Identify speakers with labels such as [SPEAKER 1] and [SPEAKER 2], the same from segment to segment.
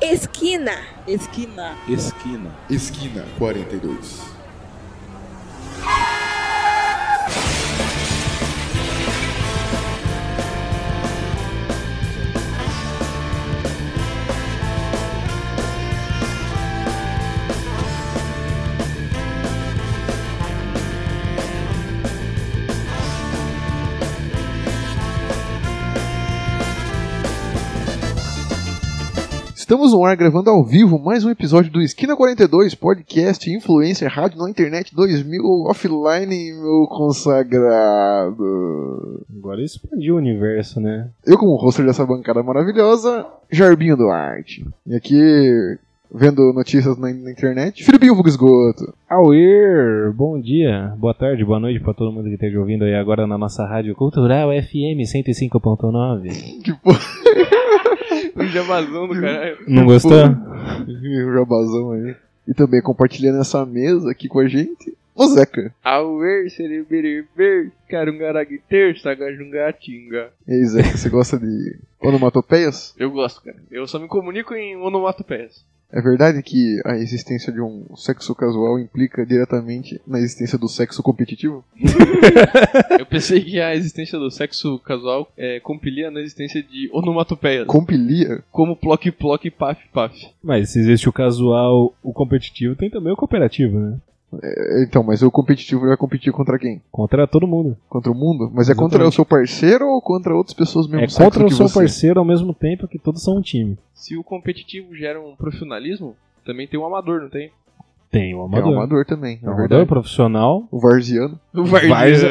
[SPEAKER 1] Esquina.
[SPEAKER 2] Esquina.
[SPEAKER 3] Esquina.
[SPEAKER 4] Esquina 42.
[SPEAKER 5] Estamos no ar gravando ao vivo mais um episódio do Esquina 42, podcast Influencer Rádio na Internet 2000 offline, meu consagrado.
[SPEAKER 6] Agora expandiu o universo, né?
[SPEAKER 5] Eu, como rosto dessa bancada maravilhosa, Jarbinho Duarte. E aqui, vendo notícias na, na internet, Filipinho Vulgo Esgoto.
[SPEAKER 6] Auer, bom dia, boa tarde, boa noite pra todo mundo que esteja ouvindo aí agora na nossa rádio cultural FM 105.9.
[SPEAKER 5] Que porra,
[SPEAKER 2] O jabazão do caralho.
[SPEAKER 6] Não gostou?
[SPEAKER 5] o jabazão aí. E também compartilhando essa mesa aqui com a gente, o Zeca.
[SPEAKER 2] Auer, serebereber, carungaraguiter, sagajungatinga.
[SPEAKER 5] E aí, Zeca, você gosta de onomatopeias?
[SPEAKER 2] Eu gosto, cara. Eu só me comunico em onomatopeias.
[SPEAKER 5] É verdade que a existência de um sexo casual implica diretamente na existência do sexo competitivo?
[SPEAKER 2] Eu pensei que a existência do sexo casual é, compilia na existência de onomatopeias.
[SPEAKER 5] Compilia?
[SPEAKER 2] Como ploc ploc paf paf.
[SPEAKER 6] Mas se existe o casual, o competitivo, tem também o cooperativo, né?
[SPEAKER 5] É, Então, mas o competitivo vai competir contra quem?
[SPEAKER 6] Contra todo mundo.
[SPEAKER 5] Contra o mundo? Mas é contra o
[SPEAKER 6] Exatamente.
[SPEAKER 5] seu parceiro ou contra outras pessoas do mesmo
[SPEAKER 6] É
[SPEAKER 5] sexo
[SPEAKER 6] contra o
[SPEAKER 5] que
[SPEAKER 6] seu
[SPEAKER 5] você?
[SPEAKER 6] parceiro ao mesmo tempo que todos são um time.
[SPEAKER 2] Se o competitivo gera um profissionalismo, também tem o amador, não tem?
[SPEAKER 6] Tem o
[SPEAKER 5] É o
[SPEAKER 6] amador.
[SPEAKER 5] amador também,
[SPEAKER 6] É o
[SPEAKER 5] na
[SPEAKER 6] amador
[SPEAKER 5] verdade.
[SPEAKER 6] profissional.
[SPEAKER 5] O Varziano,
[SPEAKER 2] O
[SPEAKER 6] Varza-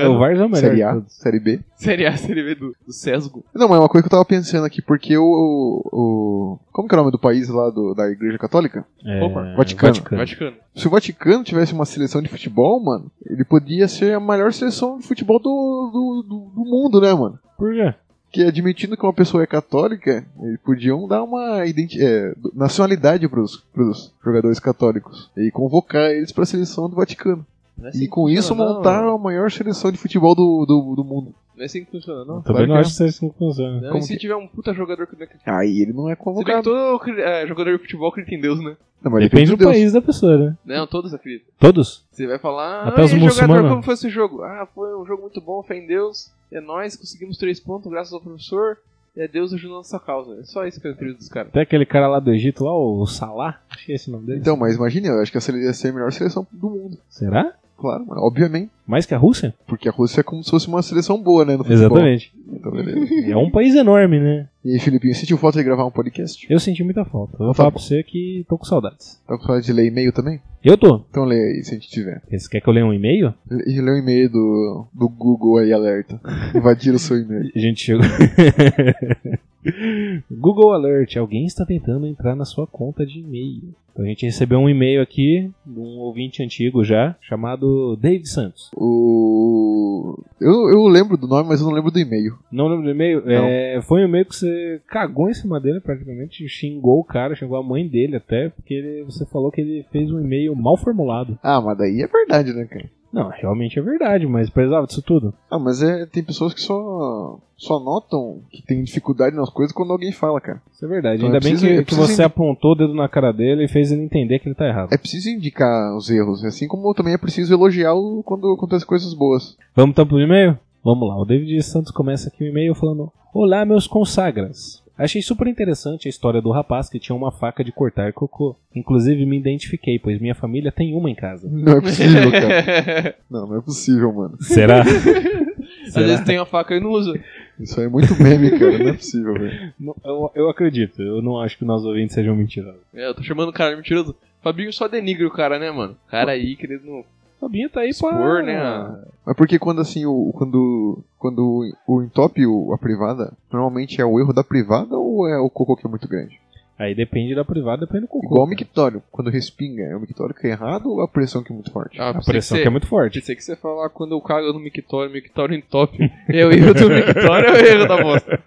[SPEAKER 6] o Varza é o melhor.
[SPEAKER 5] Série
[SPEAKER 6] de
[SPEAKER 5] A,
[SPEAKER 6] todos.
[SPEAKER 5] Série B.
[SPEAKER 2] Série A, série B do, do Sesgo.
[SPEAKER 5] Não, mas é uma coisa que eu tava pensando aqui, porque o. o- como que é o nome do país lá do- da Igreja Católica?
[SPEAKER 6] É,
[SPEAKER 2] Opa,
[SPEAKER 5] Vaticano.
[SPEAKER 2] Vaticano.
[SPEAKER 5] Se o Vaticano tivesse uma seleção de futebol, mano, ele podia ser a maior seleção de futebol do- do, do, do mundo, né, mano?
[SPEAKER 6] É. Por quê?
[SPEAKER 5] que admitindo que uma pessoa é católica, eles podiam dar uma identi- é, do- nacionalidade pros, pros jogadores católicos e convocar eles pra seleção do Vaticano.
[SPEAKER 2] Não é
[SPEAKER 5] e
[SPEAKER 2] assim
[SPEAKER 5] com
[SPEAKER 2] que
[SPEAKER 5] isso
[SPEAKER 2] funciona, não,
[SPEAKER 5] montar
[SPEAKER 2] mano.
[SPEAKER 5] a maior seleção de futebol do, do, do mundo.
[SPEAKER 2] Não é assim que funciona, não.
[SPEAKER 6] Também
[SPEAKER 5] claro
[SPEAKER 6] não
[SPEAKER 5] que
[SPEAKER 6] acho que isso não funciona.
[SPEAKER 2] Não,
[SPEAKER 5] Como
[SPEAKER 2] e se
[SPEAKER 5] que-
[SPEAKER 2] tiver um puta jogador que não é cristão?
[SPEAKER 5] Aí ele não é
[SPEAKER 2] Se bem que
[SPEAKER 5] convocado.
[SPEAKER 2] todo cri- é, jogador de futebol acredita em Deus, né?
[SPEAKER 5] Não, mas
[SPEAKER 6] Depende do
[SPEAKER 5] de Deus.
[SPEAKER 6] país da pessoa, né?
[SPEAKER 2] Não, todos acreditam.
[SPEAKER 6] Todos?
[SPEAKER 2] Você vai falar,
[SPEAKER 6] Até
[SPEAKER 2] "Ah,
[SPEAKER 6] os
[SPEAKER 2] e aí, jogador,
[SPEAKER 6] muçulmanos.
[SPEAKER 2] como foi esse jogo? Ah, foi um jogo muito bom, fé em Deus. É nóis, conseguimos três pontos graças ao professor. E é Deus ajudando nossa causa. É só isso que eu acredito dos caras.
[SPEAKER 6] Até aquele cara lá do Egito, lá, o Salah. Achei esse nome dele.
[SPEAKER 5] Então, mas imagine, eu acho que essa ia ser a melhor seleção do mundo.
[SPEAKER 6] Será?
[SPEAKER 5] Claro, mano, obviamente.
[SPEAKER 6] Mais que a Rússia?
[SPEAKER 5] Porque a Rússia é como se fosse uma seleção boa, né? No futebol.
[SPEAKER 6] Exatamente.
[SPEAKER 5] Então, beleza.
[SPEAKER 6] É um país enorme, né?
[SPEAKER 5] E aí, Filipinho, sentiu falta de gravar um podcast?
[SPEAKER 6] Eu senti muita falta. Eu vou
[SPEAKER 5] Tá
[SPEAKER 6] falar
[SPEAKER 5] bom.
[SPEAKER 6] pra você que tô com saudades.
[SPEAKER 5] Tá com vontade de ler e-mail também?
[SPEAKER 6] Eu tô.
[SPEAKER 5] Então lê aí, se a gente tiver.
[SPEAKER 6] Você quer que eu leia um e-mail?
[SPEAKER 5] E lê o e-mail do, do Google aí, alerta. Invadiram o seu e-mail.
[SPEAKER 6] A gente chegou. Google Alert, alguém está tentando entrar na sua conta de e-mail. Então a gente recebeu um e-mail aqui de um ouvinte antigo já, chamado David Santos.
[SPEAKER 5] O... Eu, eu lembro do nome, mas eu não lembro do e-mail.
[SPEAKER 6] Não lembro do e-mail? É, foi um e-mail que você cagou em cima dele praticamente, xingou o cara, xingou a mãe dele até, porque ele- você falou que ele fez um e-mail mal formulado.
[SPEAKER 5] Ah, mas daí é verdade, né, cara?
[SPEAKER 6] Não, realmente é verdade, mas precisava disso tudo.
[SPEAKER 5] Ah, mas é, tem pessoas que só, só notam que tem dificuldade nas coisas quando alguém fala, cara.
[SPEAKER 6] Isso é verdade.
[SPEAKER 5] Então,
[SPEAKER 6] Ainda
[SPEAKER 5] eu
[SPEAKER 6] bem
[SPEAKER 5] preciso-
[SPEAKER 6] que,
[SPEAKER 5] eu
[SPEAKER 6] que
[SPEAKER 5] preciso
[SPEAKER 6] você apontou o dedo na cara dele e fez ele entender que ele tá errado.
[SPEAKER 5] É preciso indicar os erros, assim como também é preciso elogiar o- quando acontecem coisas boas.
[SPEAKER 6] Vamos então pro e-mail? Vamos lá. O David Santos começa aqui o e-mail falando: Olá, meus consagras. Achei super interessante a história do rapaz que tinha uma faca de cortar cocô. Inclusive me identifiquei, pois minha família tem uma em casa.
[SPEAKER 5] Não é possível, cara. Não, não é possível, mano.
[SPEAKER 6] Será?
[SPEAKER 2] Às vezes tem uma faca e não usa.
[SPEAKER 5] Isso aí é muito meme, cara. Não é possível, velho.
[SPEAKER 6] Não, Eu, eu acredito. Eu não acho que nós ouvintes sejam mentirosos.
[SPEAKER 2] É, eu tô chamando o cara de mentiroso. Fabinho só denigre o cara, né, mano? O Cara aí querendo
[SPEAKER 6] Fabinho tá aí pra.
[SPEAKER 2] expor, né? a-
[SPEAKER 5] Mas porque quando assim, o, quando, quando o entope o- a privada, normalmente é o erro da privada ou é o cocô que é muito grande?
[SPEAKER 6] Aí depende da privada, depende do cocô.
[SPEAKER 5] Igual o
[SPEAKER 6] cara.
[SPEAKER 5] mictório, quando respinga, é o mictório que é errado ou a pressão que é muito forte?
[SPEAKER 2] Ah,
[SPEAKER 6] A
[SPEAKER 2] pensei
[SPEAKER 6] pressão
[SPEAKER 2] que
[SPEAKER 6] que,
[SPEAKER 2] você-
[SPEAKER 6] é muito forte.
[SPEAKER 2] Pensei que você ia falar quando eu cago no mictório, mictório em top. É o erro do mictório ou é o erro da bosta?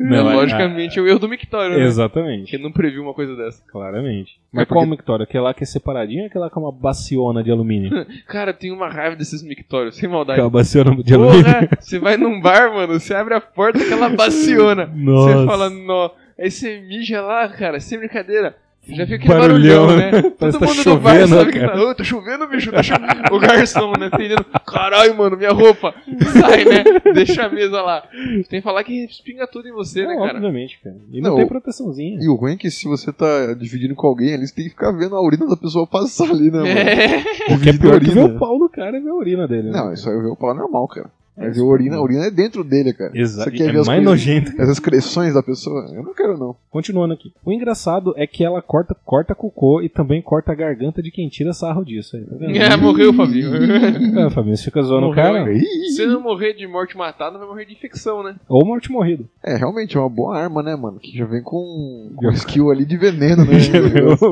[SPEAKER 6] Não,
[SPEAKER 2] é,
[SPEAKER 6] é-
[SPEAKER 2] logicamente é o erro do mictório, né?
[SPEAKER 6] Exatamente.
[SPEAKER 2] Quem não previu uma coisa dessa.
[SPEAKER 6] Claramente.
[SPEAKER 5] Mas
[SPEAKER 6] Mas
[SPEAKER 5] porque-
[SPEAKER 6] qual mictório? Aquela que é separadinha ou aquela que é uma baciona de alumínio?
[SPEAKER 2] Cara, eu tenho uma raiva desses mictórios, sem maldade.
[SPEAKER 6] Aquela baciona de alumínio?
[SPEAKER 2] Porra, você vai num bar, mano, você abre a porta, aquela baciona. Você
[SPEAKER 6] Nossa.
[SPEAKER 2] fala, nó, Aí você mija lá, cara, sem brincadeira. Já fica aquele
[SPEAKER 6] Barulhão,
[SPEAKER 2] barulhão, né?
[SPEAKER 6] Parece
[SPEAKER 2] Todo
[SPEAKER 6] que tá
[SPEAKER 2] mundo no bar
[SPEAKER 6] chovendo,
[SPEAKER 2] sabe que tá.
[SPEAKER 6] cara.
[SPEAKER 2] Ô, tá chovendo, bicho. Tá chovendo. O garçom, né? Entendendo. Caralho, mano, minha roupa. Sai, né? Deixa a mesa lá. Tem que falar que espinga tudo em você, né,
[SPEAKER 6] Não,
[SPEAKER 2] cara?
[SPEAKER 6] obviamente, cara. E não,
[SPEAKER 5] Não,
[SPEAKER 6] tem
[SPEAKER 5] o-
[SPEAKER 6] proteçãozinha.
[SPEAKER 5] E o ruim é que se você tá dividindo com alguém ali, você tem que ficar vendo a urina da pessoa passar ali, né, mano?
[SPEAKER 2] É.
[SPEAKER 6] O que é
[SPEAKER 5] Dividir
[SPEAKER 6] pior que ver
[SPEAKER 5] urina.
[SPEAKER 6] o pau do cara e ver a urina dele. né?
[SPEAKER 5] Não, isso aí eu vi o pau normal, cara.
[SPEAKER 6] É
[SPEAKER 5] Aí
[SPEAKER 6] isso
[SPEAKER 5] ver a urina,
[SPEAKER 6] mesmo.
[SPEAKER 5] a urina é dentro dele, cara.
[SPEAKER 6] Exato.
[SPEAKER 5] Você quer
[SPEAKER 6] É
[SPEAKER 5] ver as
[SPEAKER 6] mais
[SPEAKER 5] coisas-
[SPEAKER 6] nojento.
[SPEAKER 5] As excreções da pessoa, eu não quero não.
[SPEAKER 6] Continuando aqui. O engraçado é que ela corta, corta cocô e também corta a garganta de quem tira sarro disso. Aí, tá vendo?
[SPEAKER 2] É, morreu, Fabinho.
[SPEAKER 6] É, Fabinho, você fica zoando o
[SPEAKER 2] Morreu,
[SPEAKER 6] cara.
[SPEAKER 5] Ih!
[SPEAKER 2] Se não morrer de morte matada, vai morrer de infecção, né?
[SPEAKER 6] Ou morte morrido.
[SPEAKER 5] É, realmente é uma boa arma, né, mano? Que já vem com, com skill ali de veneno, né?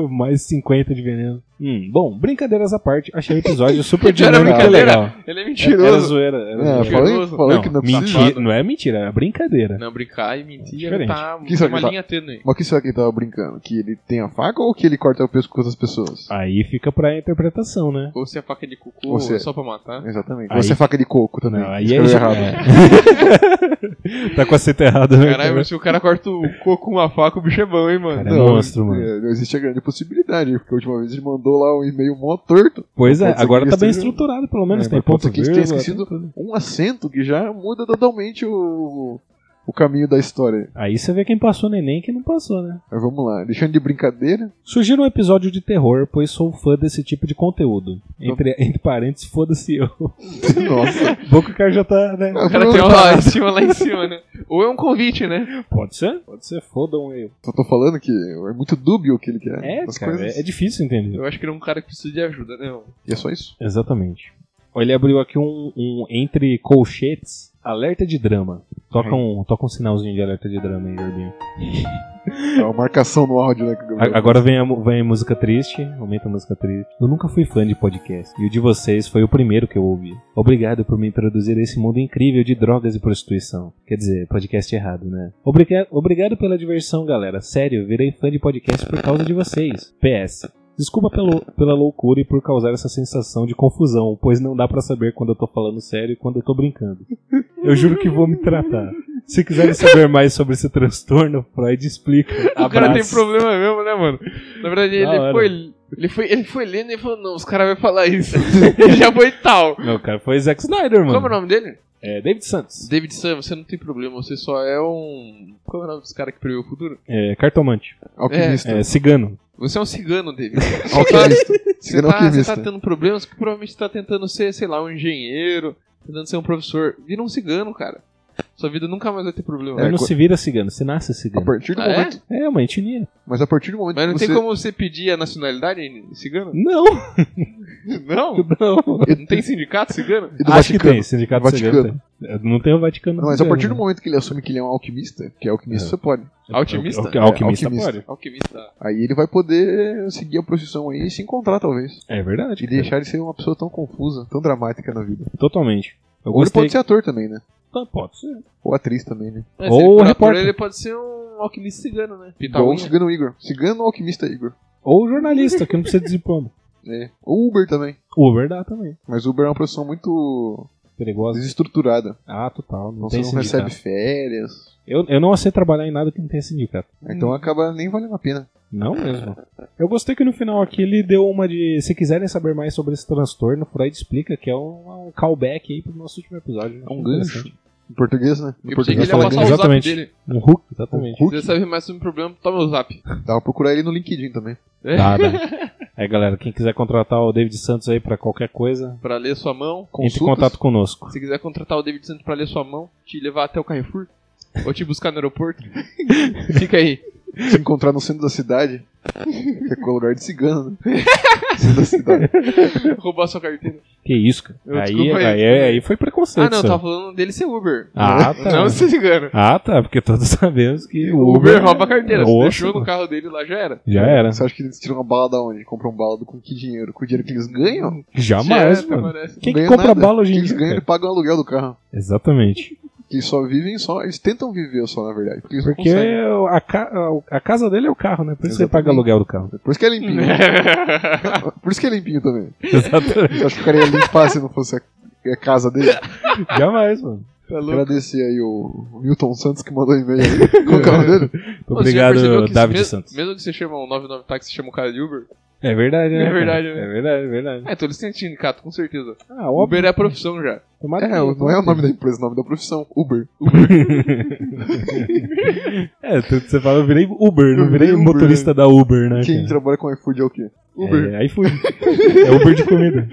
[SPEAKER 6] Mais 50 de veneno. Hum, bom, brincadeiras à parte, achei o episódio super
[SPEAKER 2] Já era
[SPEAKER 6] dinâmico e
[SPEAKER 2] brincadeira?
[SPEAKER 6] legal.
[SPEAKER 2] Ele é
[SPEAKER 6] Era
[SPEAKER 2] mentiroso.
[SPEAKER 6] zoeira. Era
[SPEAKER 5] É,
[SPEAKER 6] zoeira.
[SPEAKER 5] falei, falei
[SPEAKER 6] não,
[SPEAKER 5] que não precisa.
[SPEAKER 6] mentira, não é mentira, é brincadeira.
[SPEAKER 2] Não, brincar e mentir
[SPEAKER 6] Diferente.
[SPEAKER 2] tá
[SPEAKER 5] Que isso
[SPEAKER 2] uma
[SPEAKER 5] aqui tá-
[SPEAKER 2] linha tênue.
[SPEAKER 5] Mas o que será que ele tava brincando? Que ele tem a faca ou que ele corta o pescoço das pessoas?
[SPEAKER 6] Aí fica pra interpretação, né?
[SPEAKER 2] Ou se é faca de cocô,
[SPEAKER 5] Ou se
[SPEAKER 2] ou
[SPEAKER 5] é-
[SPEAKER 2] só pra matar.
[SPEAKER 5] Exatamente.
[SPEAKER 6] Aí-
[SPEAKER 5] Ou você é faca de coco também.
[SPEAKER 6] Não, aí é
[SPEAKER 5] Escreveu
[SPEAKER 6] isso.
[SPEAKER 5] errado.
[SPEAKER 6] é. tá com a seta errada, né?
[SPEAKER 2] Caralho, mas se o cara corta o coco com uma faca, o bicho é bom, hein, mano.
[SPEAKER 6] Cara, é monstro, mano.
[SPEAKER 5] é, não existe a grande possibilidade, porque a última vez ele mandou lá um e-mail mó torto.
[SPEAKER 6] Pois é,
[SPEAKER 5] Pode ser
[SPEAKER 6] agora
[SPEAKER 5] que
[SPEAKER 6] tá bem
[SPEAKER 5] esteja-
[SPEAKER 6] estruturado, pelo menos.
[SPEAKER 5] É,
[SPEAKER 6] tem
[SPEAKER 5] mas pode
[SPEAKER 6] ponto
[SPEAKER 5] ser que
[SPEAKER 6] vírgula.
[SPEAKER 5] tenha
[SPEAKER 6] tem
[SPEAKER 5] esquecido-
[SPEAKER 6] tudo.
[SPEAKER 5] Um acento que já muda totalmente o, o caminho da história.
[SPEAKER 6] Aí você vê quem passou no Enem e quem não passou, né?
[SPEAKER 5] Mas vamos lá, deixando de brincadeira.
[SPEAKER 6] Sugiro um episódio de terror, pois sou fã desse tipo de conteúdo. Entre, entre parênteses, foda-se eu.
[SPEAKER 5] Nossa.
[SPEAKER 6] Boca o cara já tá, né?
[SPEAKER 2] O cara tem uma lá em cima, lá em cima, né? Ou é um convite,
[SPEAKER 5] Ah.
[SPEAKER 2] né?
[SPEAKER 6] Pode ser? Pode ser, fodam eu.
[SPEAKER 5] Só tô falando que é muito dúbio o que ele quer.
[SPEAKER 6] É,
[SPEAKER 5] As
[SPEAKER 6] cara,
[SPEAKER 5] coisas-
[SPEAKER 6] é, é difícil entender.
[SPEAKER 2] Eu acho que ele é um cara que precisa de ajuda, né? mano?
[SPEAKER 5] E é só isso.
[SPEAKER 6] Exatamente. Ó, Ele abriu aqui um, um entre colchetes, alerta de drama. Toca, um, toca um sinalzinho de alerta de drama aí, Jorginho.
[SPEAKER 5] É uma marcação no áudio, né? que eu-
[SPEAKER 6] A- Agora vem a, mu- vem a música triste, aumenta a música triste. Eu nunca fui fã de podcast, e o de vocês foi o primeiro que eu ouvi. Obrigado por me introduzir a esse mundo incrível de drogas e prostituição. Quer dizer, podcast errado, né? Obriga- obrigado pela diversão, galera. Sério, eu virei fã de podcast por causa de vocês. PS. Desculpa pelo, pela loucura e por causar essa sensação de confusão, pois não dá pra saber quando eu tô falando sério e quando eu tô brincando. Eu juro que vou me tratar. Se quiserem saber mais sobre esse transtorno, Freud explica.
[SPEAKER 2] O cara tem
[SPEAKER 6] Abraço.
[SPEAKER 2] problema mesmo, né, mano? Na verdade,
[SPEAKER 6] Da hora.
[SPEAKER 2] ele foi, ele foi. Ele foi lendo e falou, não, os caras vão falar isso. ele já foi tal.
[SPEAKER 6] Não, cara, foi Zack Snyder, mano.
[SPEAKER 2] Como é o nome dele?
[SPEAKER 6] É, David Santos.
[SPEAKER 2] David Sam, você não tem problema, você só é um. Qual é o nome dos caras que previu o futuro?
[SPEAKER 6] É, cartomante.
[SPEAKER 5] Alquimista.
[SPEAKER 6] É, cigano.
[SPEAKER 2] Você é um cigano, David.
[SPEAKER 5] Alquimista.
[SPEAKER 2] Você
[SPEAKER 5] Cigano
[SPEAKER 2] tá, você tá
[SPEAKER 5] alquimista.
[SPEAKER 2] tendo problemas que provavelmente você tá tentando ser, sei lá, um engenheiro, tentando ser um professor. Vira um cigano, cara. Sua vida nunca mais vai ter problema.
[SPEAKER 6] É, não
[SPEAKER 5] co-
[SPEAKER 6] se vira cigano, se nasce
[SPEAKER 5] A
[SPEAKER 6] cigano.
[SPEAKER 5] partir do
[SPEAKER 2] Ah, é?
[SPEAKER 5] momento.
[SPEAKER 6] É uma etnia.
[SPEAKER 5] Mas a partir do momento
[SPEAKER 2] Mas não
[SPEAKER 5] que você.
[SPEAKER 2] tem como você pedir a nacionalidade cigana?
[SPEAKER 6] Não,
[SPEAKER 2] Não?
[SPEAKER 6] não.
[SPEAKER 2] Não tem sindicato cigano?
[SPEAKER 5] E do
[SPEAKER 6] Acho que
[SPEAKER 5] Vaticano.
[SPEAKER 6] tem, sindicato
[SPEAKER 5] Vaticano.
[SPEAKER 6] cigano. tem. É, Não tem o Vaticano.
[SPEAKER 5] Não, mas a
[SPEAKER 6] cigano,
[SPEAKER 5] partir do
[SPEAKER 6] né?
[SPEAKER 5] momento que ele assume que ele é um alquimista, que é alquimista,
[SPEAKER 6] É.
[SPEAKER 5] você pode.
[SPEAKER 2] Alquimista?
[SPEAKER 6] Al- al- alquimista,
[SPEAKER 5] É, alquimista.
[SPEAKER 6] pode.
[SPEAKER 2] Alquimista.
[SPEAKER 5] Aí ele vai poder seguir a profissão aí e se encontrar, talvez.
[SPEAKER 6] É verdade.
[SPEAKER 5] E
[SPEAKER 6] cara.
[SPEAKER 5] deixar de ser uma pessoa tão confusa, tão dramática na vida.
[SPEAKER 6] Totalmente. Eu
[SPEAKER 5] Ou ele
[SPEAKER 6] gostei.
[SPEAKER 5] pode ser ator também, né?
[SPEAKER 6] Tá, pode ser.
[SPEAKER 5] Ou atriz também, né?
[SPEAKER 2] Mas
[SPEAKER 6] Ou
[SPEAKER 2] É,
[SPEAKER 6] um
[SPEAKER 2] se ele for ator,
[SPEAKER 6] repórter.
[SPEAKER 2] Ele pode ser um alquimista cigano, né? Pintar
[SPEAKER 5] Igual o
[SPEAKER 2] unha.
[SPEAKER 5] Cigano Igor. Cigano alquimista Igor.
[SPEAKER 6] Ou jornalista, que não precisa de diploma.
[SPEAKER 5] É. Ou Uber também.
[SPEAKER 6] Uber dá também.
[SPEAKER 5] Mas Uber é uma profissão muito
[SPEAKER 6] Perigosa.
[SPEAKER 5] desestruturada.
[SPEAKER 6] Ah, total. Não
[SPEAKER 5] Então
[SPEAKER 6] tem tá.
[SPEAKER 5] você não
[SPEAKER 6] sindicato.
[SPEAKER 5] recebe férias.
[SPEAKER 6] Eu, eu não aceito trabalhar em nada que não tenha sindicato.
[SPEAKER 2] Hum.
[SPEAKER 5] Então acaba nem valendo a pena.
[SPEAKER 6] Não mesmo. Eu gostei que no final aqui ele deu uma de. Se quiserem saber mais sobre esse transtorno, Freud explica que é um, um callback aí pro nosso último episódio. né?
[SPEAKER 5] É um gancho.
[SPEAKER 6] Interessante.
[SPEAKER 5] Em português, né? Em
[SPEAKER 2] Eu pensei que
[SPEAKER 5] português
[SPEAKER 2] ele é ia
[SPEAKER 6] fala
[SPEAKER 2] passar
[SPEAKER 6] bem.
[SPEAKER 2] o zap
[SPEAKER 6] Exatamente.
[SPEAKER 2] dele.
[SPEAKER 6] Um hook, exatamente.
[SPEAKER 2] Se você sabe mais sobre o problema, toma o zap.
[SPEAKER 5] Dá pra procurar ele no LinkedIn também.
[SPEAKER 2] É.
[SPEAKER 6] Dá, dá. Aí É, galera, quem quiser contratar o David Santos aí pra qualquer coisa,
[SPEAKER 2] Pra ler sua mão.
[SPEAKER 6] entre em
[SPEAKER 5] Consultas?
[SPEAKER 6] contato conosco.
[SPEAKER 2] Se quiser contratar o David Santos pra ler sua mão, te levar até o Carrefour. ou te buscar no aeroporto. Fica aí.
[SPEAKER 5] Se encontrar no centro da cidade, que é lugar de cigano, né? centro da cidade.
[SPEAKER 2] Roubar sua carteira.
[SPEAKER 6] Que isso, cara.
[SPEAKER 2] Eu,
[SPEAKER 6] Aí,
[SPEAKER 2] desculpa
[SPEAKER 6] aí.
[SPEAKER 2] aí.
[SPEAKER 6] Aí, foi preconceito.
[SPEAKER 2] Ah, não,
[SPEAKER 6] senhor.
[SPEAKER 2] tava falando dele ser Uber.
[SPEAKER 6] Ah, tá.
[SPEAKER 2] Não se engana.
[SPEAKER 6] Ah, tá, porque todos sabemos que o
[SPEAKER 2] O
[SPEAKER 6] Uber,
[SPEAKER 2] Uber rouba a carteira. Você
[SPEAKER 6] Nossa,
[SPEAKER 2] deixou no
[SPEAKER 6] mano.
[SPEAKER 2] carro dele lá, já era.
[SPEAKER 6] Já era.
[SPEAKER 5] Você acha que eles tiram uma bala da onde? Compram bala do- com que dinheiro? Com o dinheiro que eles ganham?
[SPEAKER 6] Jamais,
[SPEAKER 2] Já era,
[SPEAKER 6] mano.
[SPEAKER 2] parece.
[SPEAKER 6] Quem
[SPEAKER 5] Não
[SPEAKER 6] que
[SPEAKER 5] ganha
[SPEAKER 6] compra
[SPEAKER 5] nada.
[SPEAKER 6] bala hoje em
[SPEAKER 5] Eles
[SPEAKER 6] dia?
[SPEAKER 5] ganham e
[SPEAKER 6] cara?
[SPEAKER 5] pagam o aluguel do carro.
[SPEAKER 6] Exatamente.
[SPEAKER 5] Que só vivem só. Eles tentam viver só, na verdade. Porque eles não
[SPEAKER 6] Porque
[SPEAKER 5] conseguem.
[SPEAKER 6] a, ca- a casa dele é o carro, né? Por isso ele
[SPEAKER 5] Exatamente.
[SPEAKER 6] paga aluguel do carro.
[SPEAKER 5] Por isso que é limpinho. Por isso que é limpinho também.
[SPEAKER 6] Exatamente.
[SPEAKER 5] Eu acho que o cara ia limpar se não fosse a a casa dele.
[SPEAKER 6] Jamais, mano.
[SPEAKER 2] Tá louco.
[SPEAKER 5] Agradecer aí o o Milton Santos que mandou e-mail aí. Qual que é o nome
[SPEAKER 2] Mano,
[SPEAKER 5] dele?
[SPEAKER 2] você já
[SPEAKER 6] Obrigado,
[SPEAKER 2] percebeu que
[SPEAKER 6] David
[SPEAKER 2] mesmo,
[SPEAKER 6] Santos.
[SPEAKER 2] Mesmo que você chama um 99 táxi, você chama o cara de Uber.
[SPEAKER 6] É verdade, né?
[SPEAKER 2] É
[SPEAKER 6] cara?
[SPEAKER 2] verdade, né?
[SPEAKER 6] É verdade, é verdade.
[SPEAKER 2] É, então eles têm sindicato, com certeza.
[SPEAKER 6] Ah, óbvio.
[SPEAKER 2] Uber é profissão já.
[SPEAKER 6] Tomara
[SPEAKER 5] É,
[SPEAKER 6] que-
[SPEAKER 5] não é o nome da empresa, é o nome da profissão. Uber.
[SPEAKER 6] É, tu- você fala, eu virei Uber, não
[SPEAKER 5] Eu
[SPEAKER 6] virei
[SPEAKER 5] virei Uber,
[SPEAKER 6] motorista da Uber, né?
[SPEAKER 5] Quem
[SPEAKER 6] cara?
[SPEAKER 5] trabalha com iFood é o quê? Uber.
[SPEAKER 6] É, aí fui. É Uber de comida.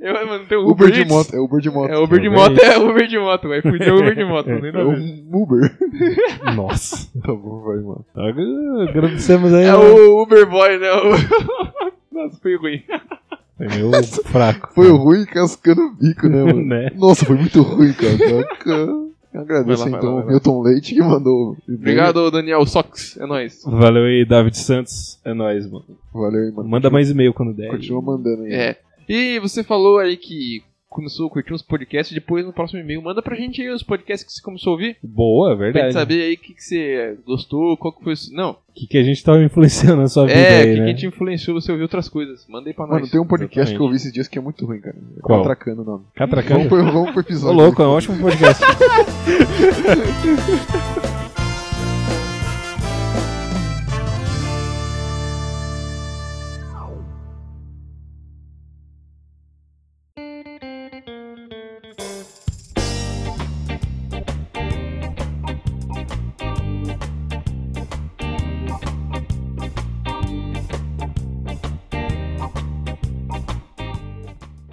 [SPEAKER 2] Eu, mano, tem o
[SPEAKER 5] Uber,
[SPEAKER 2] Uber,
[SPEAKER 5] de
[SPEAKER 2] Eats.
[SPEAKER 5] moto. É Uber de moto.
[SPEAKER 2] É Uber de
[SPEAKER 6] Uber
[SPEAKER 2] moto, é Uber de moto, vai fuder Uber de moto,
[SPEAKER 6] É,
[SPEAKER 2] não tem
[SPEAKER 5] É
[SPEAKER 2] nada a ver.
[SPEAKER 5] um Uber.
[SPEAKER 6] Nossa.
[SPEAKER 5] tá bom, vai, mano.
[SPEAKER 6] Então, Agradecemos aí.
[SPEAKER 2] É
[SPEAKER 6] né?
[SPEAKER 2] o Uber Boy, né? O- Nossa, foi ruim.
[SPEAKER 6] Foi meio É fraco.
[SPEAKER 5] Foi ruim cascando o bico, né, mano?
[SPEAKER 6] Né?
[SPEAKER 5] Nossa, foi muito ruim, cara. Caraca. Eu Agradeço
[SPEAKER 2] Vai lá, vai
[SPEAKER 5] então
[SPEAKER 2] lá,
[SPEAKER 5] o
[SPEAKER 2] vai lá.
[SPEAKER 5] Milton Leite que mandou. e-mail.
[SPEAKER 2] Obrigado, Daniel Sox, é nóis.
[SPEAKER 6] Valeu aí, David Santos. É nóis, mano.
[SPEAKER 5] Valeu aí, mano.
[SPEAKER 6] Manda mais e-mail quando der.
[SPEAKER 5] Continua mandando aí.
[SPEAKER 2] É. E você falou aí que começou a curtir uns podcasts, depois no próximo e-mail manda pra gente aí os podcasts que você começou a ouvir,
[SPEAKER 6] Boa, é
[SPEAKER 2] pra
[SPEAKER 6] verdade.
[SPEAKER 2] gente saber aí o que, que você gostou, qual que foi... o- Não,
[SPEAKER 6] O que, que a gente tava influenciando na sua vida
[SPEAKER 2] é, o
[SPEAKER 6] aí,
[SPEAKER 2] que,
[SPEAKER 6] né?
[SPEAKER 2] que te influenciou você ouvir outras coisas, manda aí pra
[SPEAKER 5] Mano,
[SPEAKER 2] nós.
[SPEAKER 5] tem um podcast
[SPEAKER 6] Exatamente.
[SPEAKER 5] que eu ouvi esses dias que é muito ruim, cara. É
[SPEAKER 6] Qual?
[SPEAKER 5] Catracando o nome. Vamos
[SPEAKER 6] Catracando.
[SPEAKER 5] pro, vamos pro
[SPEAKER 6] Ô,
[SPEAKER 5] episódio.
[SPEAKER 6] louco, é um ótimo podcast.
[SPEAKER 5] né?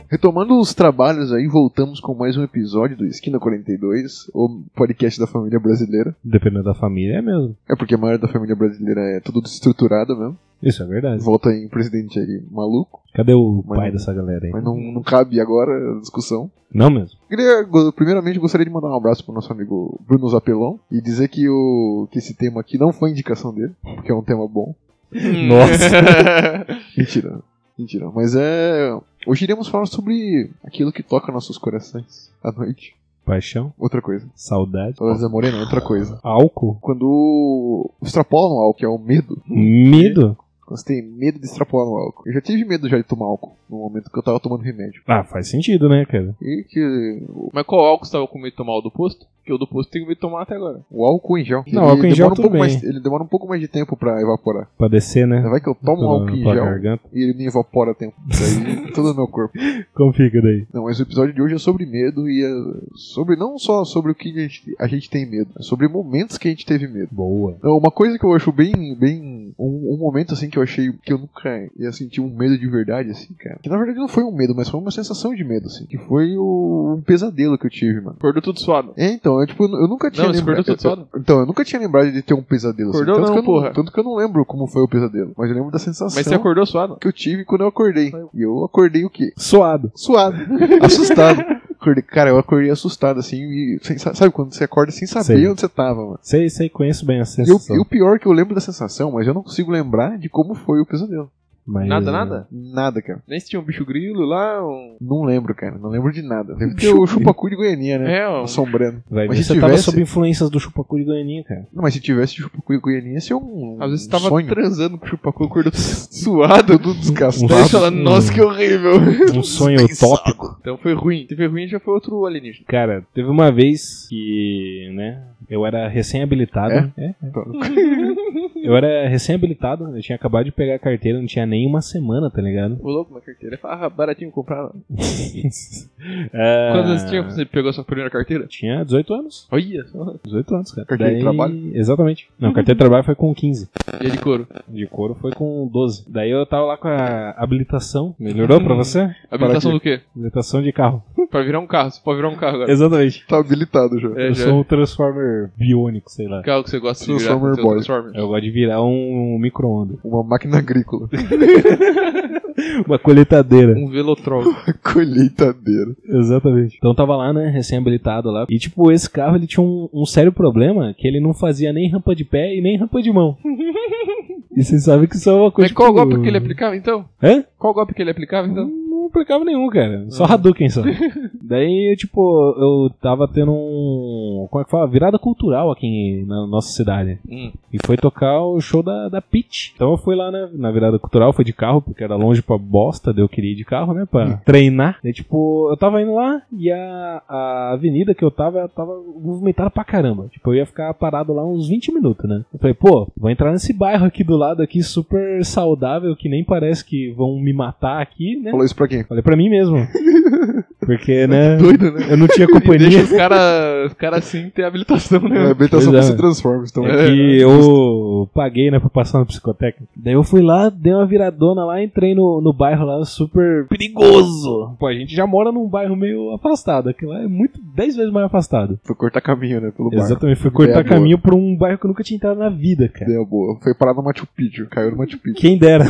[SPEAKER 5] Retomando os trabalhos aí, voltamos com mais um episódio do Esquina 42, o podcast da família brasileira.
[SPEAKER 6] Dependendo da família, é mesmo.
[SPEAKER 5] É porque a maioria da família brasileira é tudo desestruturada mesmo.
[SPEAKER 6] Isso é verdade.
[SPEAKER 5] Volta aí um presidente aí maluco,
[SPEAKER 6] Cadê o
[SPEAKER 5] Mas
[SPEAKER 6] pai
[SPEAKER 5] não-
[SPEAKER 6] dessa galera aí?
[SPEAKER 5] mas não, não cabe agora a discussão.
[SPEAKER 6] Não mesmo.
[SPEAKER 5] Queria, go- primeiramente, gostaria de mandar um abraço pro nosso amigo Bruno Zapelon e dizer que, o, que esse tema aqui não foi indicação dele, porque é um tema bom.
[SPEAKER 2] Hum.
[SPEAKER 5] Hum.
[SPEAKER 2] Nossa.
[SPEAKER 5] Mentira, mentira. Mas é. Hoje iremos falar sobre aquilo que toca nossos corações à noite.
[SPEAKER 6] Paixão,
[SPEAKER 5] Outra coisa.
[SPEAKER 6] saudade,
[SPEAKER 5] Todas da Morena, outra coisa.
[SPEAKER 6] álcool,
[SPEAKER 5] Quando extrapolam o álcool, que é o medo.
[SPEAKER 6] medo.
[SPEAKER 5] Quando você tem medo de extrapolar no álcool. Eu já tive medo já de tomar álcool no momento que eu tava tomando remédio.
[SPEAKER 6] Ah, faz sentido, né, cara?
[SPEAKER 5] E que
[SPEAKER 2] Mas qual álcool você tava com medo de tomar? O do posto? Porque o do posto tem medo de tomar até agora.
[SPEAKER 5] o álcool em gel.
[SPEAKER 6] Não, álcool em gel
[SPEAKER 5] demora um
[SPEAKER 6] tudo
[SPEAKER 5] pouco
[SPEAKER 6] bem.
[SPEAKER 5] mais- ele demora um pouco mais de tempo pra evaporar.
[SPEAKER 6] Pra descer, né?
[SPEAKER 5] Ainda vai que eu tomo um
[SPEAKER 6] Pela-
[SPEAKER 5] álcool em
[SPEAKER 6] pela
[SPEAKER 5] gel
[SPEAKER 6] garganta.
[SPEAKER 5] e ele não evapora a tempo. Daí todo o meu corpo.
[SPEAKER 6] Como fica daí?
[SPEAKER 5] Não, mas o episódio de hoje é sobre medo e é sobre não só sobre o que a gente, a gente tem medo, é sobre momentos que a gente teve medo.
[SPEAKER 6] Boa.
[SPEAKER 5] Então, uma coisa que eu acho bem, bem um, um momento assim que eu achei que eu nunca ia sentir um medo de verdade assim, cara. Que na verdade não foi um medo, mas foi uma sensação de medo assim, que foi o, um pesadelo que eu tive, mano.
[SPEAKER 2] Acordou tudo suado.
[SPEAKER 5] É, então, eu, tipo, eu nunca tinha
[SPEAKER 2] Não, você
[SPEAKER 5] lembrado.
[SPEAKER 2] acordou tudo suado?
[SPEAKER 5] Então, eu nunca tinha lembrado de ter um pesadelo assim.
[SPEAKER 2] Acordou
[SPEAKER 5] tanto
[SPEAKER 2] não,
[SPEAKER 5] que eu
[SPEAKER 2] porra.
[SPEAKER 5] Tanto que eu não lembro como foi o pesadelo, mas eu lembro da sensação
[SPEAKER 2] Mas você acordou suado?
[SPEAKER 5] que eu tive quando eu acordei. E eu acordei o quê?
[SPEAKER 6] Suado.
[SPEAKER 5] suado, assustado. Acordei- cara, eu acordei assustado, assim, e sem- sabe quando você acorda sem saber
[SPEAKER 6] Sei.
[SPEAKER 5] onde você tava, mano?
[SPEAKER 6] Sei, sei, conheço bem a
[SPEAKER 5] E o,
[SPEAKER 6] sensação.
[SPEAKER 5] e o pior é que eu lembro da sensação, mas eu não consigo lembrar de como foi o pesadelo.
[SPEAKER 6] Mas-
[SPEAKER 2] Nada, nada?
[SPEAKER 5] Nada, cara.
[SPEAKER 2] Nem se tinha um bicho grilo lá, um...
[SPEAKER 5] Não lembro, cara. Não lembro de nada. Deve ter
[SPEAKER 6] Bicho
[SPEAKER 5] o chupacu de Goianinha, né?
[SPEAKER 2] É, um...
[SPEAKER 5] Assombrando.
[SPEAKER 6] Vai
[SPEAKER 5] Mas
[SPEAKER 6] ver,
[SPEAKER 5] se
[SPEAKER 6] você tava
[SPEAKER 5] tivesse-
[SPEAKER 6] sob influências do Chupacu de Goianinha, cara.
[SPEAKER 5] Não, mas se tivesse chupacu de Goianinha, ia ser um,
[SPEAKER 2] Às vezes
[SPEAKER 5] um
[SPEAKER 2] você tava
[SPEAKER 5] sonho.
[SPEAKER 2] transando com o chupacu, acordou suado.
[SPEAKER 5] Todo
[SPEAKER 2] Daí
[SPEAKER 5] desgastado.
[SPEAKER 2] você fala,
[SPEAKER 6] Hum.
[SPEAKER 2] nossa, que horrível.
[SPEAKER 6] Um sonho utópico.
[SPEAKER 2] Então foi ruim. Se foi ruim, já foi outro alienígena.
[SPEAKER 6] Cara, teve uma vez que, né, eu era recém-habilitado. É? Eu era recém-habilitado, eu tinha acabado de pegar a carteira, não tinha nem uma semana, tá ligado?
[SPEAKER 2] Ô louco, uma carteira. Ah, baratinho comprar.
[SPEAKER 6] Ah,
[SPEAKER 2] Quantos anos tinha quando você pegou a sua primeira carteira?
[SPEAKER 6] É, Tinha 18 anos.
[SPEAKER 2] Olha só.
[SPEAKER 6] 18 anos, cara.
[SPEAKER 5] Carteira de trabalho?
[SPEAKER 6] Exatamente.
[SPEAKER 2] Uhum.
[SPEAKER 6] Não, carteira de trabalho foi com 15.
[SPEAKER 2] E é de couro.
[SPEAKER 6] De couro foi com 12. Daí eu tava lá com a habilitação. Melhorou pra você?
[SPEAKER 2] Habilitação do quê?
[SPEAKER 6] Habilitação de carro.
[SPEAKER 2] Pra virar um carro. Você pode virar um carro agora.
[SPEAKER 6] Exatamente.
[SPEAKER 5] Tá habilitado já.
[SPEAKER 2] É,
[SPEAKER 6] eu
[SPEAKER 2] já.
[SPEAKER 6] sou um Transformer biônico, sei lá.
[SPEAKER 2] Carro que você gosta de virar.
[SPEAKER 5] Transformer
[SPEAKER 2] seu
[SPEAKER 5] boy.
[SPEAKER 2] Transformer.
[SPEAKER 6] Eu gosto de virar um, um micro-ondas.
[SPEAKER 5] Uma máquina agrícola.
[SPEAKER 6] Uma colheitadeira.
[SPEAKER 2] Um velotrol.
[SPEAKER 5] Colheitadeira.
[SPEAKER 6] Exatamente. Então eu tava lá, né, recém-habilitado lá. E tipo, esse carro ele tinha um, um sério problema que ele não fazia nem rampa de pé e nem rampa de mão. e vocês sabem que isso é uma coisa.
[SPEAKER 2] Mas qual
[SPEAKER 6] tipo,
[SPEAKER 5] um-
[SPEAKER 2] golpe que ele aplicava então?
[SPEAKER 6] Hã?
[SPEAKER 2] Qual golpe que ele aplicava então?
[SPEAKER 6] Não complicava nenhum, cara. Só Hadouken só. Hum. Daí, tipo, eu tava tendo um. Como é que fala? Virada cultural aqui em- na nossa cidade.
[SPEAKER 2] Hum.
[SPEAKER 6] E foi tocar o show da, da Peach. Então eu fui lá na, na virada cultural, fui de carro, porque era longe pra bosta, daí eu queria ir de carro, né? Pra treinar. Daí, tipo, eu tava indo lá e a, a avenida que eu tava, ela tava movimentada pra caramba. Tipo, eu ia ficar parado lá uns 20 minutos, né? Eu falei, pô, vou entrar nesse bairro aqui do lado aqui, super saudável, que nem parece que vão me matar aqui, né?
[SPEAKER 5] Falou isso pra quem?
[SPEAKER 6] Falei pra mim mesmo. Porque, né?
[SPEAKER 5] Doido, né?
[SPEAKER 6] Eu não tinha
[SPEAKER 2] E deixa
[SPEAKER 6] companhia.
[SPEAKER 2] os caras cara assim ter habilitação,
[SPEAKER 5] A
[SPEAKER 2] né?
[SPEAKER 5] habilitação
[SPEAKER 6] Pois é.
[SPEAKER 5] desse Transformers também.
[SPEAKER 6] É que eu paguei, né, pra passar na psicotécnica. Daí eu fui lá, dei uma viradona lá, entrei no, no bairro lá, super perigoso. Pô, a gente já mora num bairro meio afastado, aqui lá é muito, 10 vezes mais afastado.
[SPEAKER 5] Foi cortar caminho, né? Pelo barco.
[SPEAKER 6] Exatamente, fui cortar
[SPEAKER 5] Ideia boa.
[SPEAKER 6] caminho por um bairro que eu nunca tinha entrado na vida, cara.
[SPEAKER 5] Ideia boa. Foi parar no Machu Picchu. Caiu no Machu Picchu.
[SPEAKER 6] Quem dera,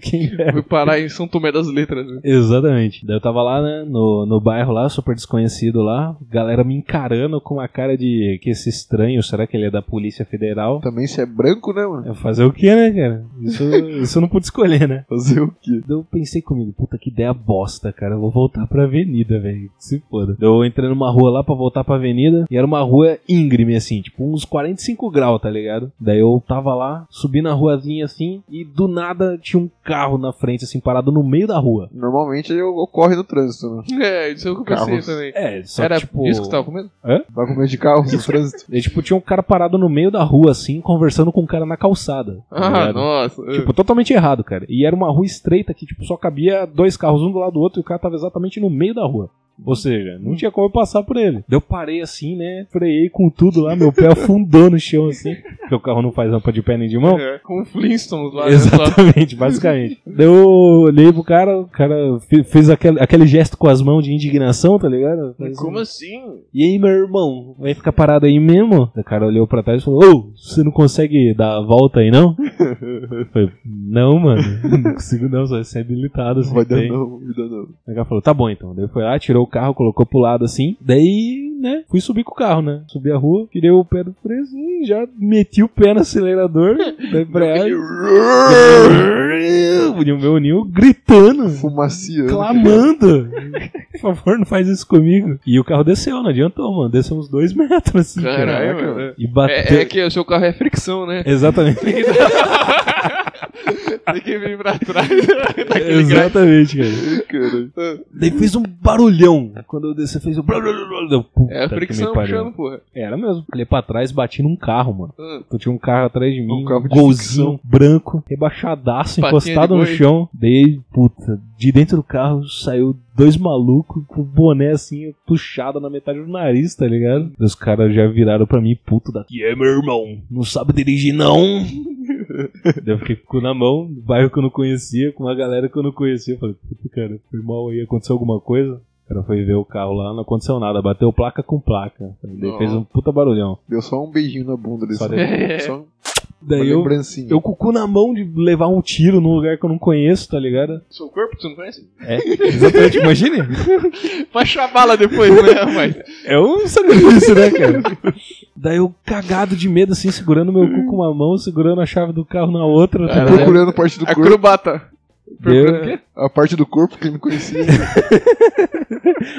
[SPEAKER 6] quem dera.
[SPEAKER 2] Fui parar em São Tomé das Letras. né?
[SPEAKER 6] Exatamente. Daí eu tava lá, né, no, no bairro lá, super desconhecido lá, galera me encarando com uma cara de que esse estranho, será que ele é da Polícia Federal?
[SPEAKER 5] Também se é branco, né, mano?
[SPEAKER 6] É Fazer o que, né, cara? Isso, isso eu não pude escolher, né?
[SPEAKER 5] Fazer o quê?
[SPEAKER 6] Daí Eu pensei comigo, puta que ideia bosta, cara. Eu vou voltar pra avenida, velho. que Se foda. Daí Eu entrei numa rua lá pra voltar pra avenida. E era uma rua íngreme, assim, tipo uns 45 graus, tá ligado? Daí eu tava lá, subi na ruazinha assim. E do nada tinha um carro na frente, assim, parado no meio da rua.
[SPEAKER 5] Normalmente eu- ocorre no trânsito, né?
[SPEAKER 2] É, isso é o que eu pensei
[SPEAKER 5] Carros.
[SPEAKER 2] também.
[SPEAKER 6] É, só
[SPEAKER 2] Era
[SPEAKER 6] que, tipo.
[SPEAKER 2] isso que você tava comendo?
[SPEAKER 5] Vai com medo de carro no trânsito.
[SPEAKER 6] Daí, tipo, tinha um cara parado no meio da rua, assim, conversando com um cara na calçada. tá
[SPEAKER 2] Ah,
[SPEAKER 6] ligado?
[SPEAKER 2] nossa.
[SPEAKER 6] Tipo, totalmente errado, cara. E era uma rua estreita que, tipo, só cabia dois carros um do lado do outro e o cara tava exatamente no meio da rua. Ou seja, não tinha como eu passar por ele. Daí eu parei assim, né? Freiei com tudo lá, meu pé afundou no chão assim. Porque o carro não faz rampa de pé nem de mão.
[SPEAKER 2] É, com o Flintstones lá. né? Só-
[SPEAKER 6] Exatamente, basicamente. Daí eu olhei pro cara, o cara fe- fez aquele, aquele gesto com as mãos de indignação, tá ligado? Fez um-
[SPEAKER 2] Como assim?
[SPEAKER 6] E aí, meu irmão, vai ficar parado aí mesmo? O cara olhou pra trás e falou: Ô, você não consegue dar a volta aí não? Eu falei, não, mano, não consigo não, só é habilitado. Assim,
[SPEAKER 5] Vai dar
[SPEAKER 6] tem."
[SPEAKER 5] não, vai dar não.
[SPEAKER 6] O cara falou, tá bom então. Daí foi lá, tirou o carro, colocou pro lado assim. Daí, né, fui subir com o carro, né? Subi a rua, tirei o pé do preço e já meti o pé no acelerador. daí pra E o meu Nil gritando,
[SPEAKER 5] Fumaciando.
[SPEAKER 6] clamando. Por favor, não faz isso comigo. E o carro desceu, não adiantou, mano. Desceu uns dois metros assim. cara.
[SPEAKER 2] Caralho,
[SPEAKER 5] Caraca,
[SPEAKER 2] mano.
[SPEAKER 6] E bateu.
[SPEAKER 2] É, é que o seu carro é fricção, né?
[SPEAKER 6] Exatamente.
[SPEAKER 2] Tem que vir pra trás. Daquele grau.
[SPEAKER 6] Exatamente, cara.
[SPEAKER 5] Caralho.
[SPEAKER 6] Daí fez um barulhão. Quando eu desci, fez um. Deu, puta
[SPEAKER 2] É a
[SPEAKER 6] Tá que me
[SPEAKER 2] fricção
[SPEAKER 6] pariu.
[SPEAKER 2] puxando, porra.
[SPEAKER 6] Era mesmo. Olhei pra trás, bati num carro, mano.
[SPEAKER 2] Ah.
[SPEAKER 6] Então tinha um carro atrás de mim, um
[SPEAKER 5] Um carro de
[SPEAKER 6] golzinho branco, rebaixadaço,
[SPEAKER 2] Patinha
[SPEAKER 6] encostado
[SPEAKER 2] de
[SPEAKER 6] no
[SPEAKER 2] boi.
[SPEAKER 6] chão. Dei, puta, de dentro do carro saiu dois malucos com o boné assim, puxado na metade do nariz, tá ligado? Os caras já viraram pra mim, puto da. E é, meu irmão, não sabe dirigir não? Daí eu fiquei com o cu na mão, no bairro que eu não conhecia, com uma galera que eu não conhecia. Eu falei, puta, cara, foi mal aí, aconteceu alguma coisa? O cara foi ver o carro lá, não aconteceu nada, bateu placa com placa. Daí fez um puta barulhão.
[SPEAKER 5] Deu só um beijinho na bunda desse.
[SPEAKER 6] Só deu-
[SPEAKER 5] cara.
[SPEAKER 2] É.
[SPEAKER 5] Só uma
[SPEAKER 6] Daí eu
[SPEAKER 5] lembrancinha.
[SPEAKER 6] eu com o cu na mão de levar um tiro num lugar que eu não conheço, tá ligado?
[SPEAKER 2] Seu corpo, tu não conhece?
[SPEAKER 6] É, exatamente, imagine.
[SPEAKER 2] Vai achar bala depois, né, rapaz?
[SPEAKER 6] É um sacrifício, né, cara? Daí eu cagado de medo, assim, segurando meu cu com uma mão, segurando a chave do carro na outra, tá
[SPEAKER 2] É.
[SPEAKER 6] ligado?
[SPEAKER 5] Procurando a parte do corpo.
[SPEAKER 2] Acrobata. Procurando o
[SPEAKER 6] Deu-
[SPEAKER 2] quê?
[SPEAKER 5] A parte do corpo que ele me conhecia.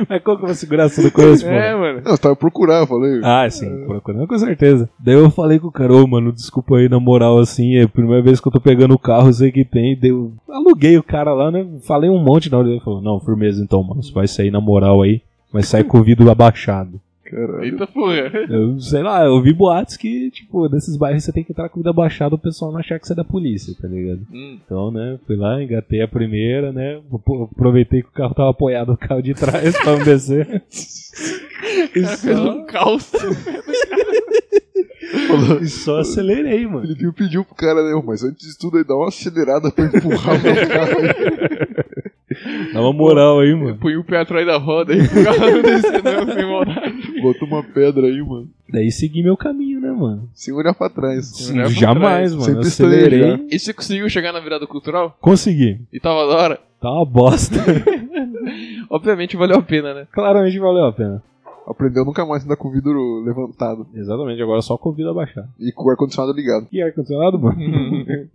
[SPEAKER 6] Mas como que eu vou segurar essa do coisa, pô?
[SPEAKER 2] É, mano.
[SPEAKER 5] Não, você tava procurando, eu falei.
[SPEAKER 6] Ah, sim, procurando com certeza. Daí eu falei com o cara, ô mano, desculpa aí, na moral, assim, é a primeira vez que eu tô pegando o carro, eu sei que tem. Daí eu aluguei o cara lá, né? Falei um monte na hora. Ele falou, não, firmeza então, mano, você vai sair na moral aí, mas sai com o vidro abaixado.
[SPEAKER 5] Caralho.
[SPEAKER 2] Eita porra.
[SPEAKER 6] Eu, sei lá, eu vi boatos que, tipo, nesses bairros você tem que entrar com vida baixada o pessoal não achar que você é da polícia, tá ligado?
[SPEAKER 2] Hum.
[SPEAKER 6] Então, né, fui lá, engatei a primeira, né, apro- aproveitei que o carro tava apoiado no carro de trás pra não descer. E
[SPEAKER 2] Cara, fez
[SPEAKER 6] só,
[SPEAKER 2] um calço.
[SPEAKER 6] e só acelerei, mano.
[SPEAKER 5] Ele viu, pediu pro cara, né? Mas antes de tudo, aí dá uma acelerada pra empurrar pra carro.
[SPEAKER 6] Dá uma moral aí, mano.
[SPEAKER 2] Põe o pé atrás da roda aí pro carro não descer, não, sem maldade.
[SPEAKER 5] Bota uma pedra aí, mano.
[SPEAKER 6] Daí segui meu caminho, né, mano?
[SPEAKER 5] Sem olhar pra trás.
[SPEAKER 2] Sim. olhar pra
[SPEAKER 6] jamais,
[SPEAKER 2] trás.
[SPEAKER 6] mano.
[SPEAKER 5] Sem
[SPEAKER 6] Acelerei.
[SPEAKER 5] pistolejar.
[SPEAKER 2] E você conseguiu chegar na virada cultural?
[SPEAKER 6] Consegui.
[SPEAKER 2] E tava da hora?
[SPEAKER 6] Tá uma bosta.
[SPEAKER 2] Obviamente valeu a pena, né?
[SPEAKER 6] Claramente valeu a pena.
[SPEAKER 5] Aprendeu nunca mais andar com o vidro levantado
[SPEAKER 6] Exatamente, agora só convido a baixar.
[SPEAKER 5] e com o ar-condicionado ligado.
[SPEAKER 6] Que ar-condicionado, mano?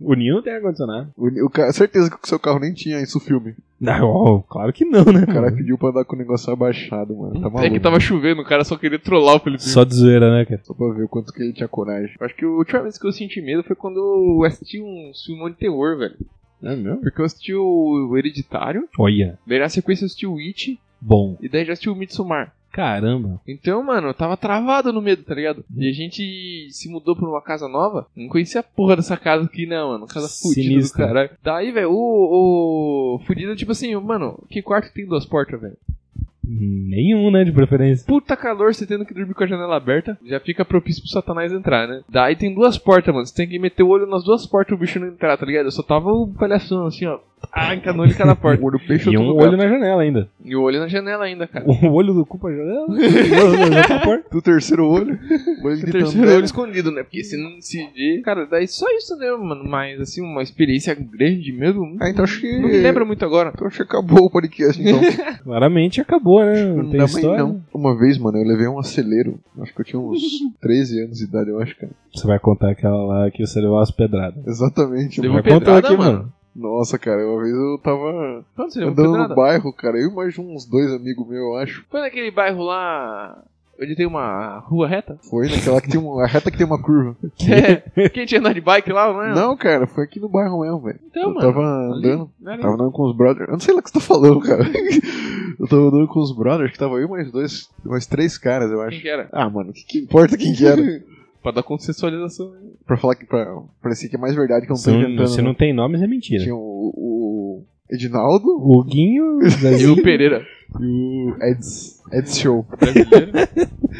[SPEAKER 6] o Ninho não tem ar-condicionado.
[SPEAKER 5] O, o ca- certeza que o seu carro nem tinha isso filme.
[SPEAKER 6] Não, ó, claro que não, né?
[SPEAKER 5] O cara
[SPEAKER 2] Uhum.
[SPEAKER 6] mano?
[SPEAKER 5] pediu pra andar com o negócio abaixado, mano. Tá maluco.
[SPEAKER 2] É que tava chovendo, o cara só queria trollar o Felipe.
[SPEAKER 6] Só de zoeira, né, cara?
[SPEAKER 5] Só pra ver o quanto que ele tinha coragem.
[SPEAKER 2] Acho que a última vez que eu senti medo foi quando eu assisti um filme de terror, velho.
[SPEAKER 6] É mesmo?
[SPEAKER 2] Porque eu assisti o Hereditário,
[SPEAKER 6] Olha,
[SPEAKER 2] daí na sequência eu assisti o It,
[SPEAKER 6] bom.
[SPEAKER 2] e daí já assisti o Midsommar.
[SPEAKER 6] Caramba.
[SPEAKER 2] Então, mano, eu tava travado no medo, tá ligado? E a gente se mudou pra uma casa nova. Não conhecia a porra dessa casa aqui, não, mano. Casa fudida do
[SPEAKER 6] Sinistra.
[SPEAKER 2] caralho. Daí, velho, o, o. Fudido, tipo assim, mano, que quarto tem duas portas, velho?
[SPEAKER 6] Nenhum, né, de preferência.
[SPEAKER 2] Puta calor, você tendo que dormir com a janela aberta. Já fica propício pro Satanás entrar, né? Daí tem duas portas, mano. Você tem que meter o olho nas duas portas o bicho não entrar, tá ligado? Eu só tava um palhação assim, ó. Ah, encanou ele em cada porta.
[SPEAKER 5] O olho peixe
[SPEAKER 6] E um olho na janela ainda.
[SPEAKER 2] E o olho na janela ainda, cara.
[SPEAKER 6] O olho do cu pra janela. o olho da outra porta.
[SPEAKER 5] Do terceiro olho. O olho
[SPEAKER 2] O
[SPEAKER 5] de
[SPEAKER 2] terceiro
[SPEAKER 5] tandem.
[SPEAKER 2] olho escondido, né? Porque se não se vê. Cara, daí só isso, né, mano? Mas assim, uma experiência grande mesmo. não-
[SPEAKER 5] Ah, então acho que.
[SPEAKER 2] Não me lembra muito agora.
[SPEAKER 5] Então acho que acabou o podcast, então.
[SPEAKER 6] Claramente acabou, né? Não tem
[SPEAKER 5] dá mais
[SPEAKER 6] história.
[SPEAKER 5] não. Uma vez, mano, eu levei um acelero. Acho que eu tinha uns 13 anos de idade, eu acho, cara.
[SPEAKER 6] Você vai contar aquela lá que você levou as pedradas.
[SPEAKER 5] Exatamente.
[SPEAKER 2] Levou
[SPEAKER 5] Ah, mano.
[SPEAKER 6] Vai contar
[SPEAKER 2] pedrada,
[SPEAKER 6] aqui,
[SPEAKER 2] mano?
[SPEAKER 6] mano.
[SPEAKER 5] Nossa, cara, uma vez eu tava
[SPEAKER 2] Quando você levou
[SPEAKER 5] andando no
[SPEAKER 2] pedrada?
[SPEAKER 5] bairro, cara. Eu e mais uns dois amigos meus, eu acho.
[SPEAKER 2] Foi naquele bairro lá. Onde tem uma rua reta?
[SPEAKER 5] Foi naquela que tem uma a reta que tem uma curva.
[SPEAKER 2] É. Quem tinha andado de bike lá, mano?
[SPEAKER 5] Não, cara, foi aqui no bairro mesmo, velho.
[SPEAKER 2] Então,
[SPEAKER 5] eu
[SPEAKER 2] Ah. mano.
[SPEAKER 5] tava
[SPEAKER 2] ali,
[SPEAKER 5] andando.
[SPEAKER 2] ali.
[SPEAKER 5] Tava andando com os brothers. Eu não sei lá o que você tá falando, cara. eu tava andando com os brothers, que tava eu e mais dois, mais três caras, eu
[SPEAKER 2] Quem
[SPEAKER 5] acho.
[SPEAKER 2] que era?
[SPEAKER 5] Ah, mano, que, que importa quem que era?
[SPEAKER 2] Pra dar consensualização. né?
[SPEAKER 5] pra falar que pra, parecia que é mais verdade que eu não tô
[SPEAKER 6] Se não,
[SPEAKER 5] inventando.
[SPEAKER 6] se não tem nomes, é mentira.
[SPEAKER 5] Tinha um o, o Edinaldo
[SPEAKER 6] O Guinho.
[SPEAKER 2] E o Pereira.
[SPEAKER 5] e o Eds, Eds Show.
[SPEAKER 2] É Brasileiro.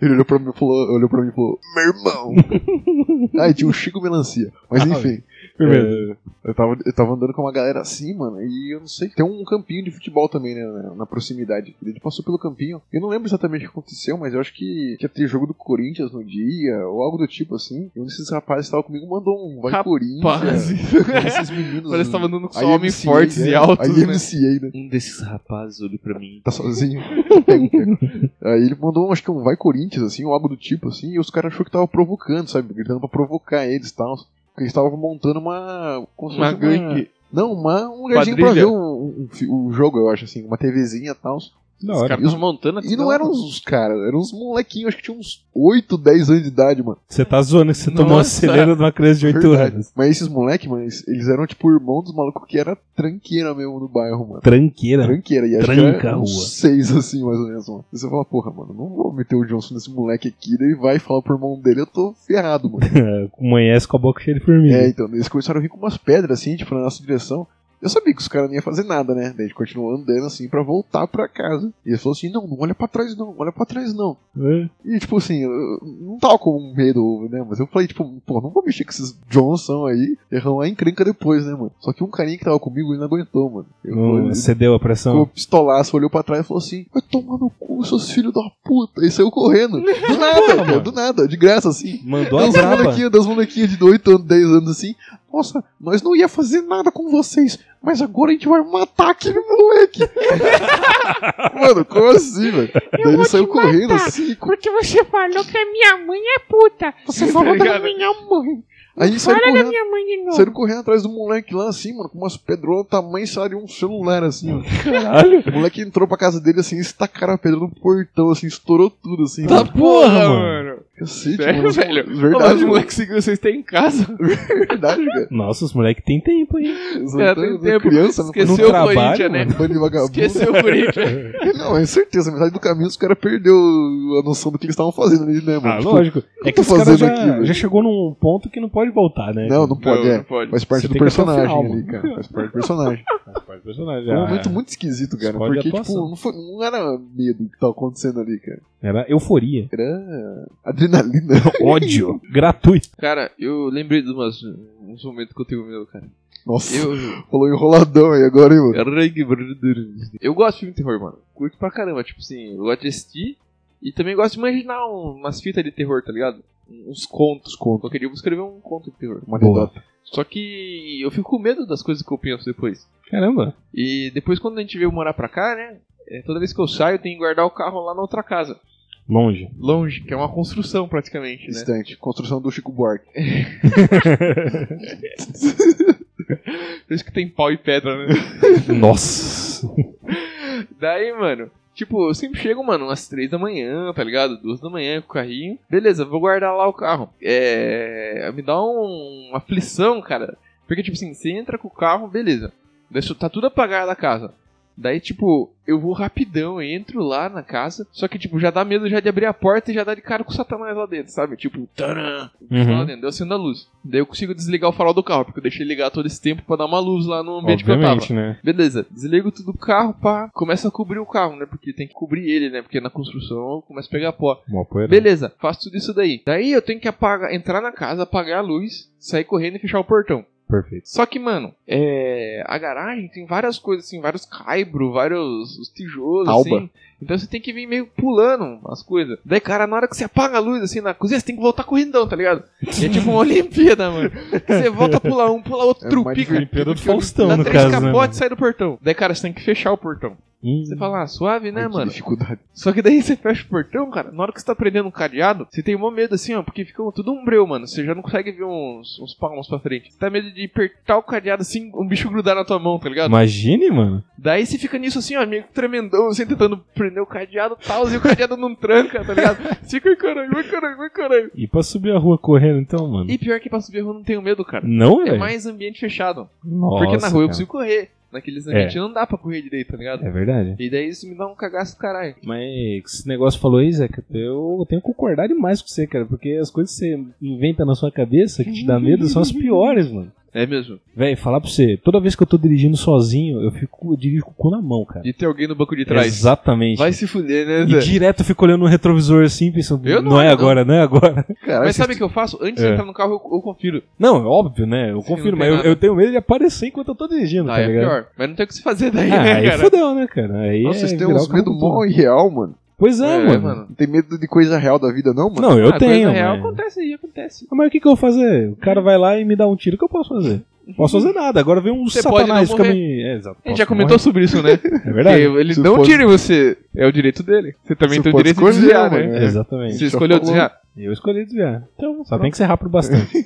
[SPEAKER 5] Ele olhou pra mim e falou, olhou pra mim e falou, meu irmão. ah, e tinha o Chico Melancia. Mas
[SPEAKER 6] Ah,
[SPEAKER 5] enfim,
[SPEAKER 6] Primeiro.
[SPEAKER 5] eu tava, eu tava andando com uma galera assim, mano, e eu não sei, tem um campinho de futebol também, né, na, na proximidade. Ele passou pelo campinho, eu não lembro exatamente o que aconteceu, mas eu acho que ia ter jogo do Corinthians no dia, ou algo do tipo assim. E um desses rapazes que tava comigo mandou um vai
[SPEAKER 2] Rapaz.
[SPEAKER 5] Corinthians.
[SPEAKER 2] Quase.
[SPEAKER 5] Esses meninos.
[SPEAKER 2] assim. Parece que tava andando com só
[SPEAKER 5] Aí
[SPEAKER 2] homens
[SPEAKER 5] MCA,
[SPEAKER 2] fortes
[SPEAKER 5] né?
[SPEAKER 2] e altos,
[SPEAKER 5] Aí
[SPEAKER 2] né?
[SPEAKER 5] MCA, né?
[SPEAKER 2] Um desses rapazes olhou pra mim.
[SPEAKER 5] Tá sozinho. Pega, pega. Aí ele mandou, acho que um vai Corinthians, assim, ou algo do tipo, assim, e os caras achou que tava provocando, sabe? Gritando pra provocar eles e tal. Porque eles estavam montando uma. Como se
[SPEAKER 2] Uma
[SPEAKER 5] fosse uma-
[SPEAKER 2] gangue.
[SPEAKER 5] Não, uma, um lugarzinho pra
[SPEAKER 2] Quadrilha.
[SPEAKER 5] ver o, o, o jogo, eu acho, assim, uma TVzinha e tal.
[SPEAKER 6] Da
[SPEAKER 2] Os
[SPEAKER 6] hora.
[SPEAKER 2] caras tão montando
[SPEAKER 5] E não um eram os caras, eram uns molequinhos, acho que tinha uns 8, 10 anos de idade, mano.
[SPEAKER 6] Você tá zoando que você tomou um
[SPEAKER 2] Nossa.
[SPEAKER 6] acelero de uma criança de 8
[SPEAKER 5] Verdade.
[SPEAKER 6] anos.
[SPEAKER 5] Mas esses moleques, mano, eles- eles eram tipo irmão dos malucos que era tranqueira mesmo do bairro, mano.
[SPEAKER 6] Tranqueira. né?
[SPEAKER 5] Tranqueira, e acho
[SPEAKER 6] Tranca
[SPEAKER 5] que
[SPEAKER 6] a
[SPEAKER 5] era
[SPEAKER 6] rua.
[SPEAKER 5] uns seis assim, mais ou menos, mano. E você fala, porra, mano, não vou meter o Johnson nesse moleque aqui, daí vai falar pro irmão dele, eu tô ferrado, mano.
[SPEAKER 6] Amanhece com a boca cheia de formiga.
[SPEAKER 5] é, então, eles começaram a vir com umas pedras assim, tipo, na nossa direção. Eu sabia que os caras não iam fazer nada, né? Daí a gente continuou andando assim pra voltar pra casa. E eles falaram assim, não, não olha pra trás não, olha pra trás não.
[SPEAKER 6] É.
[SPEAKER 5] E tipo assim, eu não tava com medo, né? Mas eu falei, tipo, pô, não vou mexer com esses Johnson aí, erram a encrenca depois, né, mano? Só que um carinha que tava comigo, ele não aguentou, mano. Eu,
[SPEAKER 6] Não,
[SPEAKER 5] ele-
[SPEAKER 6] cedeu a pressão.
[SPEAKER 5] ficou um pistolaço, olhou pra trás e falou assim: Vai tomar no cu, seus filhos da puta. E saiu correndo. Do nada, cara, do nada, de graça assim.
[SPEAKER 6] Mandou a
[SPEAKER 5] Das
[SPEAKER 6] braba.
[SPEAKER 5] molequinhas, das molequinhas de 8 anos, 10 anos assim. Nossa, nós não ia fazer nada com vocês, mas agora a gente vai matar aquele moleque. Mano, como assim, velho? Daí ele saiu correndo assim. co-
[SPEAKER 1] Porque você falou que a minha mãe é puta.
[SPEAKER 5] Você
[SPEAKER 2] Tá
[SPEAKER 5] falou da
[SPEAKER 2] ligado?
[SPEAKER 5] minha mãe. Aí ele saiu
[SPEAKER 1] Fala da
[SPEAKER 5] correndo.
[SPEAKER 1] minha mãe de novo.
[SPEAKER 5] Saíram correndo atrás do moleque lá, assim, mano, com umas pedronas tamanho, saiu um celular, assim, ó.
[SPEAKER 6] Caralho.
[SPEAKER 5] O moleque entrou pra casa dele assim, estacaram a pedra no portão, assim, estourou tudo, assim.
[SPEAKER 2] Tá
[SPEAKER 5] mano.
[SPEAKER 2] porra,
[SPEAKER 6] mano.
[SPEAKER 2] mano.
[SPEAKER 5] Cacete,
[SPEAKER 2] Sério,
[SPEAKER 5] mano.
[SPEAKER 2] velho. Ô, mas
[SPEAKER 5] Verdade,
[SPEAKER 2] o
[SPEAKER 5] mano.
[SPEAKER 2] moleque seguiu vocês têm em casa.
[SPEAKER 5] Verdade, cara.
[SPEAKER 6] Nossa, os moleques têm tempo, hein?
[SPEAKER 2] Cara,
[SPEAKER 5] Exatamente.
[SPEAKER 2] É, tem um tempo.
[SPEAKER 5] Criança, não
[SPEAKER 6] no
[SPEAKER 2] Esqueceu o
[SPEAKER 6] trabalho,
[SPEAKER 2] Corinthians, né?
[SPEAKER 6] mano.
[SPEAKER 5] Bando um de vagabundo.
[SPEAKER 2] Esqueceu o Corinthians.
[SPEAKER 5] Não, é certeza. Metade do caminho os caras perdeu a noção do que eles estavam fazendo ali, né, mano?
[SPEAKER 6] Ah,
[SPEAKER 5] Tipo,
[SPEAKER 6] lóco. É
[SPEAKER 5] eu
[SPEAKER 6] que
[SPEAKER 5] tô
[SPEAKER 6] os caras
[SPEAKER 5] fazendo
[SPEAKER 6] já,
[SPEAKER 5] aqui, velho?
[SPEAKER 6] já chegou num ponto que não pode voltar, né?
[SPEAKER 5] Não, não pode,
[SPEAKER 2] Não,
[SPEAKER 5] é.
[SPEAKER 2] não pode.
[SPEAKER 5] Faz parte
[SPEAKER 6] Você
[SPEAKER 5] do
[SPEAKER 6] tem que até o
[SPEAKER 5] personagem
[SPEAKER 6] final,
[SPEAKER 5] ali,
[SPEAKER 6] mano.
[SPEAKER 5] cara. Faz parte do personagem.
[SPEAKER 6] Faz personagem.
[SPEAKER 5] Foi um
[SPEAKER 6] Ah,
[SPEAKER 5] momento muito esquisito, cara.
[SPEAKER 6] Escolhe
[SPEAKER 5] Porque,
[SPEAKER 6] a atuação.
[SPEAKER 5] tipo, não, foi- não era medo que tava acontecendo ali, cara.
[SPEAKER 6] Era euforia.
[SPEAKER 5] Era adrenalina.
[SPEAKER 6] Ódio. gratuito.
[SPEAKER 2] Cara, eu lembrei de umas, uns momentos que eu tenho medo, cara.
[SPEAKER 5] Nossa,
[SPEAKER 2] Eu.
[SPEAKER 5] falou enroladão aí agora, hein, mano.
[SPEAKER 2] Eu gosto de filme de terror, mano. Curto pra caramba. Tipo assim, eu gosto de assistir e também gosto de imaginar um- umas fitas de terror, tá ligado? Uns contos.
[SPEAKER 5] Desconto.
[SPEAKER 2] Qualquer dia eu vou escrever um conto de terror.
[SPEAKER 5] Uma
[SPEAKER 6] Boa.
[SPEAKER 5] anedota.
[SPEAKER 2] Só que eu fico com medo das coisas que eu penso depois.
[SPEAKER 6] Caramba.
[SPEAKER 2] E depois quando a gente veio morar pra cá, né? É, toda vez que eu saio, eu tenho que guardar o carro lá na outra casa.
[SPEAKER 6] Longe.
[SPEAKER 2] Longe, que é uma construção praticamente, né?
[SPEAKER 5] Distante. Construção do Chico Buarque.
[SPEAKER 2] Por isso que tem pau e pedra, né?
[SPEAKER 6] Nossa.
[SPEAKER 2] Daí, mano, tipo, eu sempre chego, mano, umas três da manhã, tá ligado? Duas da manhã com o carrinho. Beleza, vou guardar lá o carro. É. Me dá um- uma aflição, cara. Porque, tipo assim, você entra com o carro, beleza. Deixa, tá tudo apagado a casa. Daí, tipo, eu vou rapidão, eu entro lá na casa. Só que, tipo, já dá medo já de abrir a porta e já dá de cara com o satanás lá dentro, sabe? Tipo, taran, lá
[SPEAKER 6] Uhum.
[SPEAKER 2] dentro, eu acendo a luz. Daí eu consigo desligar o farol do carro, porque eu deixei ligar todo esse tempo pra dar uma luz lá no ambiente que eu tava.
[SPEAKER 6] Obviamente, né?
[SPEAKER 2] Beleza, desligo tudo do carro, pá. Começa a cobrir o carro, né? Porque tem que cobrir ele, né? Porque na construção começa a pegar pó.
[SPEAKER 6] Mó poeira.
[SPEAKER 2] Beleza, faço tudo isso daí. Daí eu tenho que apagar, entrar na casa, apagar a luz, sair correndo e fechar o portão.
[SPEAKER 6] Perfeito.
[SPEAKER 2] Só que, mano, é... a garagem tem várias coisas, assim, vários caibro, vários os tijolos,
[SPEAKER 5] Tauba.
[SPEAKER 2] assim. Então você tem que vir meio pulando as coisas. Daí, cara, na hora que você apaga a luz, assim, na cozinha, você tem que voltar correndão, tá ligado? E é tipo uma Olimpíada, mano. Você volta a pular um, pula outro,
[SPEAKER 5] É mais
[SPEAKER 2] trupica.
[SPEAKER 6] Olimpíada do Faustão,
[SPEAKER 2] Dá
[SPEAKER 6] no
[SPEAKER 2] três
[SPEAKER 6] caso, né?
[SPEAKER 2] capotes e sai do portão. Daí, cara, você tem que fechar o portão.
[SPEAKER 6] Hum.
[SPEAKER 2] Você fala, ah, suave, né,
[SPEAKER 5] Ai, que
[SPEAKER 2] mano?
[SPEAKER 5] dificuldade.
[SPEAKER 2] Só que daí você fecha o portão, cara. Na hora que você tá prendendo um cadeado, você tem um medo assim, ó, porque fica tudo umbreu, mano. Você já não consegue ver uns, uns palmos pra frente. Você tá medo de apertar o cadeado assim, um bicho grudar na tua mão, tá ligado?
[SPEAKER 6] Imagine, mano.
[SPEAKER 2] Daí você fica nisso assim, ó, meio que tremendão, assim, tentando prender o cadeado e tal, e o cadeado não tranca, tá ligado? Você fica, "Ai, caralho, vai caralho, vai caralho.
[SPEAKER 6] E pra subir a rua correndo, então, mano?
[SPEAKER 2] E pior que pra subir a rua eu não tenho medo, cara.
[SPEAKER 6] Não,
[SPEAKER 2] É
[SPEAKER 6] velho?
[SPEAKER 2] mais ambiente fechado.
[SPEAKER 6] Nossa,
[SPEAKER 2] Porque na rua eu
[SPEAKER 6] cara.
[SPEAKER 2] consigo correr. Naqueles ambientes não dá pra correr direito, tá ligado?
[SPEAKER 6] É verdade.
[SPEAKER 2] E daí isso me dá um cagaço do caralho.
[SPEAKER 6] Mas esse negócio falou aí, Zeca, eu tenho que concordar demais com você, cara. Porque as coisas que você inventa na sua cabeça que te dá medo são as piores, mano.
[SPEAKER 2] É mesmo.
[SPEAKER 6] Véi, falar pra você, toda vez que eu tô dirigindo sozinho, eu fico eu dirijo com o cu na mão, cara.
[SPEAKER 2] De ter alguém no banco de trás.
[SPEAKER 6] Exatamente.
[SPEAKER 2] Vai se fuder, né,
[SPEAKER 6] E
[SPEAKER 2] Zé?
[SPEAKER 6] direto eu fico olhando no retrovisor assim, pensando,
[SPEAKER 2] Eu
[SPEAKER 6] não,
[SPEAKER 2] não
[SPEAKER 6] é
[SPEAKER 2] olho,
[SPEAKER 6] agora, não é agora.
[SPEAKER 5] Caralho,
[SPEAKER 2] Mas sabe o que eu faço? Antes
[SPEAKER 6] É.
[SPEAKER 2] de entrar no carro, eu, eu confiro.
[SPEAKER 6] Não, é óbvio, né? Eu
[SPEAKER 2] Sim, não
[SPEAKER 6] confiro,
[SPEAKER 2] tem
[SPEAKER 6] mas eu,
[SPEAKER 2] nada.
[SPEAKER 6] eu tenho medo de aparecer enquanto eu tô dirigindo,
[SPEAKER 2] Ah,
[SPEAKER 6] tá
[SPEAKER 2] é
[SPEAKER 6] ligado?
[SPEAKER 2] pior. Mas não tem o que se fazer daí,
[SPEAKER 6] Ah,
[SPEAKER 2] né,
[SPEAKER 6] aí
[SPEAKER 2] cara?
[SPEAKER 6] fodeu, né, cara? Aí
[SPEAKER 5] Nossa,
[SPEAKER 6] é
[SPEAKER 5] vocês têm
[SPEAKER 6] virar
[SPEAKER 5] uns
[SPEAKER 6] o carro
[SPEAKER 5] medo
[SPEAKER 6] com tudo.
[SPEAKER 5] mó irreal, mano.
[SPEAKER 6] Pois é,
[SPEAKER 2] É,
[SPEAKER 6] mano.
[SPEAKER 2] mano.
[SPEAKER 5] Não tem medo de coisa real da vida, não, mano?
[SPEAKER 6] Não, eu
[SPEAKER 2] Ah, coisa
[SPEAKER 6] tenho.
[SPEAKER 2] real
[SPEAKER 6] mas-
[SPEAKER 2] acontece aí, acontece.
[SPEAKER 6] Mas o que, que eu vou fazer? O cara vai lá e me dá um tiro, o que eu posso fazer? Não Posso fazer nada, agora vem um
[SPEAKER 2] Você pode não
[SPEAKER 6] satanás fica
[SPEAKER 2] morrer.
[SPEAKER 6] me. É, exato.
[SPEAKER 2] A gente já
[SPEAKER 6] posso não
[SPEAKER 2] comentou sobre isso, né?
[SPEAKER 6] morrer. É
[SPEAKER 2] Que
[SPEAKER 6] verdade.
[SPEAKER 2] ele
[SPEAKER 5] Se
[SPEAKER 2] não
[SPEAKER 5] fosse-
[SPEAKER 2] tira em você. É o direito dele. Você também
[SPEAKER 5] Você
[SPEAKER 2] tem o
[SPEAKER 5] pode
[SPEAKER 2] direito de
[SPEAKER 5] escolher,
[SPEAKER 2] desviar,
[SPEAKER 5] mano.
[SPEAKER 2] né? Tá
[SPEAKER 5] É.
[SPEAKER 6] Exatamente.
[SPEAKER 2] Você escolheu
[SPEAKER 5] falou.
[SPEAKER 2] desviar.
[SPEAKER 6] Eu escolhi desviar. Então, Só tem que ser rápido bastante.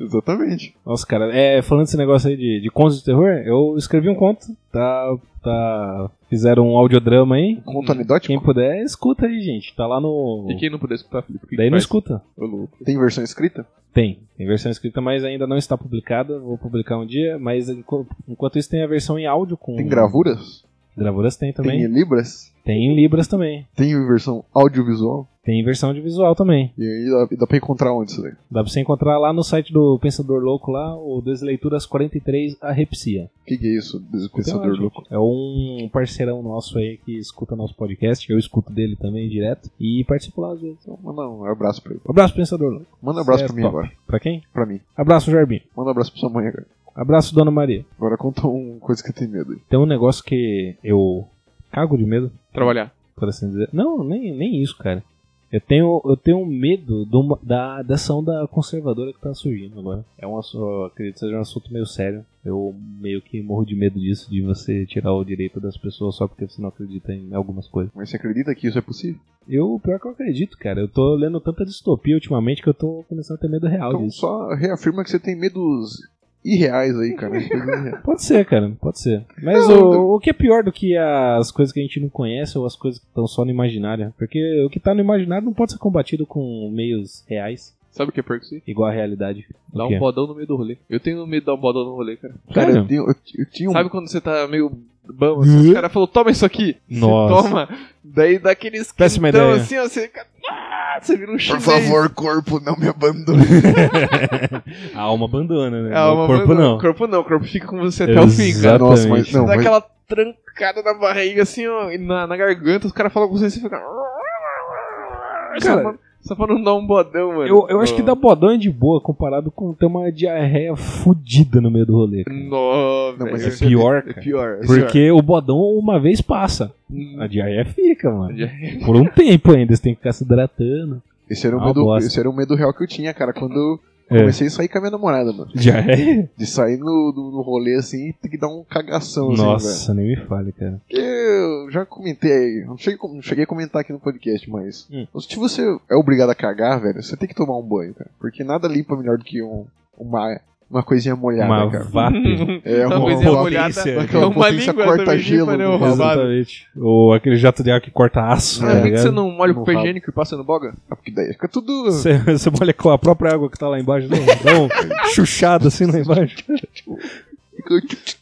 [SPEAKER 5] Exatamente.
[SPEAKER 6] Nossa, cara, é, falando desse negócio aí de, de contos de terror, eu escrevi um conto, tá, tá, fizeram um audiodrama aí.
[SPEAKER 5] Conto
[SPEAKER 6] Quem
[SPEAKER 5] anedótico?
[SPEAKER 6] puder, escuta aí, gente. Tá lá no.
[SPEAKER 2] "Ah, E quem não puder escutar, Felipe, o Tipo, que
[SPEAKER 6] Daí não
[SPEAKER 2] faz?
[SPEAKER 6] escuta.
[SPEAKER 2] Ô, louco.
[SPEAKER 5] Tem versão escrita?
[SPEAKER 6] Tem. Tem versão escrita, mas ainda não está publicada. Vou publicar um dia. Mas enqu- enquanto isso, tem a versão em áudio com.
[SPEAKER 5] Tem gravuras?
[SPEAKER 6] Gravuras tem também.
[SPEAKER 5] Tem em libras?
[SPEAKER 6] Tem em Libras também.
[SPEAKER 5] Tem em versão audiovisual?
[SPEAKER 6] Tem versão de visual também.
[SPEAKER 5] E aí dá, dá pra encontrar onde isso daí?
[SPEAKER 6] Dá pra você encontrar lá no site do Pensador Louco, lá, o Desleituras 43 Arrepsia.
[SPEAKER 5] O que, que é isso,
[SPEAKER 6] Tem lá,
[SPEAKER 5] despensador
[SPEAKER 6] gente.
[SPEAKER 5] louco?
[SPEAKER 6] É um parceirão nosso aí que escuta nosso podcast, eu escuto dele também direto. E participo lá às vezes.
[SPEAKER 5] Então, manda um abraço pra ele.
[SPEAKER 6] Um abraço, Pensador Louco.
[SPEAKER 5] Manda um abraço
[SPEAKER 6] Cê é
[SPEAKER 5] pra mim
[SPEAKER 6] top.
[SPEAKER 5] agora.
[SPEAKER 6] Pra quem?
[SPEAKER 5] Pra mim.
[SPEAKER 6] Abraço, Jarbinho.
[SPEAKER 5] Manda um abraço pra sua mãe agora.
[SPEAKER 6] Abraço, Dona Maria.
[SPEAKER 5] Agora conta uma coisa que eu tenho medo aí.
[SPEAKER 6] Tem um negócio que eu cago de medo.
[SPEAKER 2] Trabalhar.
[SPEAKER 6] por assim dizer. Não, nem, nem isso, cara. Eu tenho, eu tenho medo de uma- da, da ação da conservadora que tá surgindo agora. É um assu- eu acredito que seja um assunto meio sério. Eu meio que morro de medo disso, de você tirar o direito das pessoas só porque você não acredita em algumas coisas.
[SPEAKER 5] Mas você acredita que isso é possível?
[SPEAKER 6] Eu, pior que eu acredito, cara. Eu tô lendo tanta distopia ultimamente que eu tô começando a ter medo real
[SPEAKER 5] Então
[SPEAKER 6] disso.
[SPEAKER 5] só reafirma que você tem medos irreais aí, cara. Coisas irreais.
[SPEAKER 6] Pode ser, cara, pode ser. Mas
[SPEAKER 5] Não,
[SPEAKER 6] o, o que é pior do que as coisas que a gente não conhece ou as coisas que estão só no imaginário? Porque o que tá no imaginário não pode ser combatido com meios reais.
[SPEAKER 2] Sabe o que é pior que isso?
[SPEAKER 6] igual a realidade.
[SPEAKER 2] Dá
[SPEAKER 6] O quê?
[SPEAKER 2] um bodão no meio do rolê. Eu tenho medo de dar um bodão no rolê, cara.
[SPEAKER 5] cara, eu,
[SPEAKER 6] Sério?
[SPEAKER 5] tenho, eu, eu tinha um...
[SPEAKER 2] Sabe quando você tá meio bom, assim,
[SPEAKER 6] Hum.
[SPEAKER 2] o cara falou, toma isso aqui. Você
[SPEAKER 6] Nossa.
[SPEAKER 2] toma. Daí dá aquele
[SPEAKER 6] Péssima
[SPEAKER 2] esquentão,
[SPEAKER 6] ideia.
[SPEAKER 2] assim, ó, você fica... Ah, você vira um
[SPEAKER 5] Por
[SPEAKER 2] chinês.
[SPEAKER 5] favor, corpo, não me abandone.
[SPEAKER 6] A alma abandona, né?
[SPEAKER 2] É uma
[SPEAKER 6] o corpo
[SPEAKER 2] banda-
[SPEAKER 6] não.
[SPEAKER 2] O corpo não, o corpo fica com você até o fim, cara.
[SPEAKER 6] Exatamente.
[SPEAKER 5] Nossa, mas não,
[SPEAKER 2] Dá
[SPEAKER 5] mas
[SPEAKER 2] aquela trancada na barriga, assim, ó, e na, na garganta, os caras falam com você e você fica. só,
[SPEAKER 6] Cara-
[SPEAKER 2] pra, só pra não dar um bodão, mano.
[SPEAKER 6] Eu, eu acho que
[SPEAKER 2] Ó.
[SPEAKER 6] dá bodão é de boa comparado com ter uma diarreia fudida no meio do rolê. cara.
[SPEAKER 2] Nó,
[SPEAKER 5] Não, mas
[SPEAKER 2] velho.
[SPEAKER 5] é
[SPEAKER 6] Pior,
[SPEAKER 5] é
[SPEAKER 6] cara.
[SPEAKER 5] pior. é pior.
[SPEAKER 6] Porque o bodão uma vez passa. A diarreia fica, mano. Por um tempo ainda, você tem que ficar se hidratando.
[SPEAKER 5] Esse era, um
[SPEAKER 6] Ah,
[SPEAKER 5] medo,
[SPEAKER 6] bosta.
[SPEAKER 5] esse era um medo real que eu tinha, cara, quando eu
[SPEAKER 6] É.
[SPEAKER 5] comecei a sair com a minha namorada, mano.
[SPEAKER 6] Diarreia?
[SPEAKER 5] De sair no, no, no rolê assim e ter que dar um cagação, assim, velho.
[SPEAKER 6] Nossa, nem me fale, cara.
[SPEAKER 5] Porque eu já comentei aí, não cheguei, não cheguei a comentar aqui no podcast, mas
[SPEAKER 6] Hum.
[SPEAKER 5] se você é obrigado a cagar, velho, você tem que tomar um banho, cara. Porque nada limpa melhor do que um, uma, uma coisinha molhada,
[SPEAKER 6] Uma
[SPEAKER 5] né, cara.
[SPEAKER 6] vape.
[SPEAKER 5] É
[SPEAKER 2] Uma
[SPEAKER 5] uma,
[SPEAKER 2] coisinha
[SPEAKER 5] uma,
[SPEAKER 2] molhada.
[SPEAKER 5] aquela
[SPEAKER 2] É uma
[SPEAKER 5] potência
[SPEAKER 2] língua
[SPEAKER 5] corta
[SPEAKER 2] também,
[SPEAKER 5] gelo,
[SPEAKER 2] limpa, né, o
[SPEAKER 5] velho.
[SPEAKER 2] roubado.
[SPEAKER 6] Exatamente. Ou aquele jato de ar que corta aço,
[SPEAKER 2] Ah,
[SPEAKER 6] tá
[SPEAKER 2] por que que você
[SPEAKER 6] ligado?
[SPEAKER 2] não molha o
[SPEAKER 5] Não
[SPEAKER 2] papel
[SPEAKER 5] fala.
[SPEAKER 2] higiênico e passa no boga?
[SPEAKER 5] Ah, Porque daí fica tudo...
[SPEAKER 6] Você, você molha com a própria água que tá lá embaixo, não? Dá um chuchado assim lá embaixo.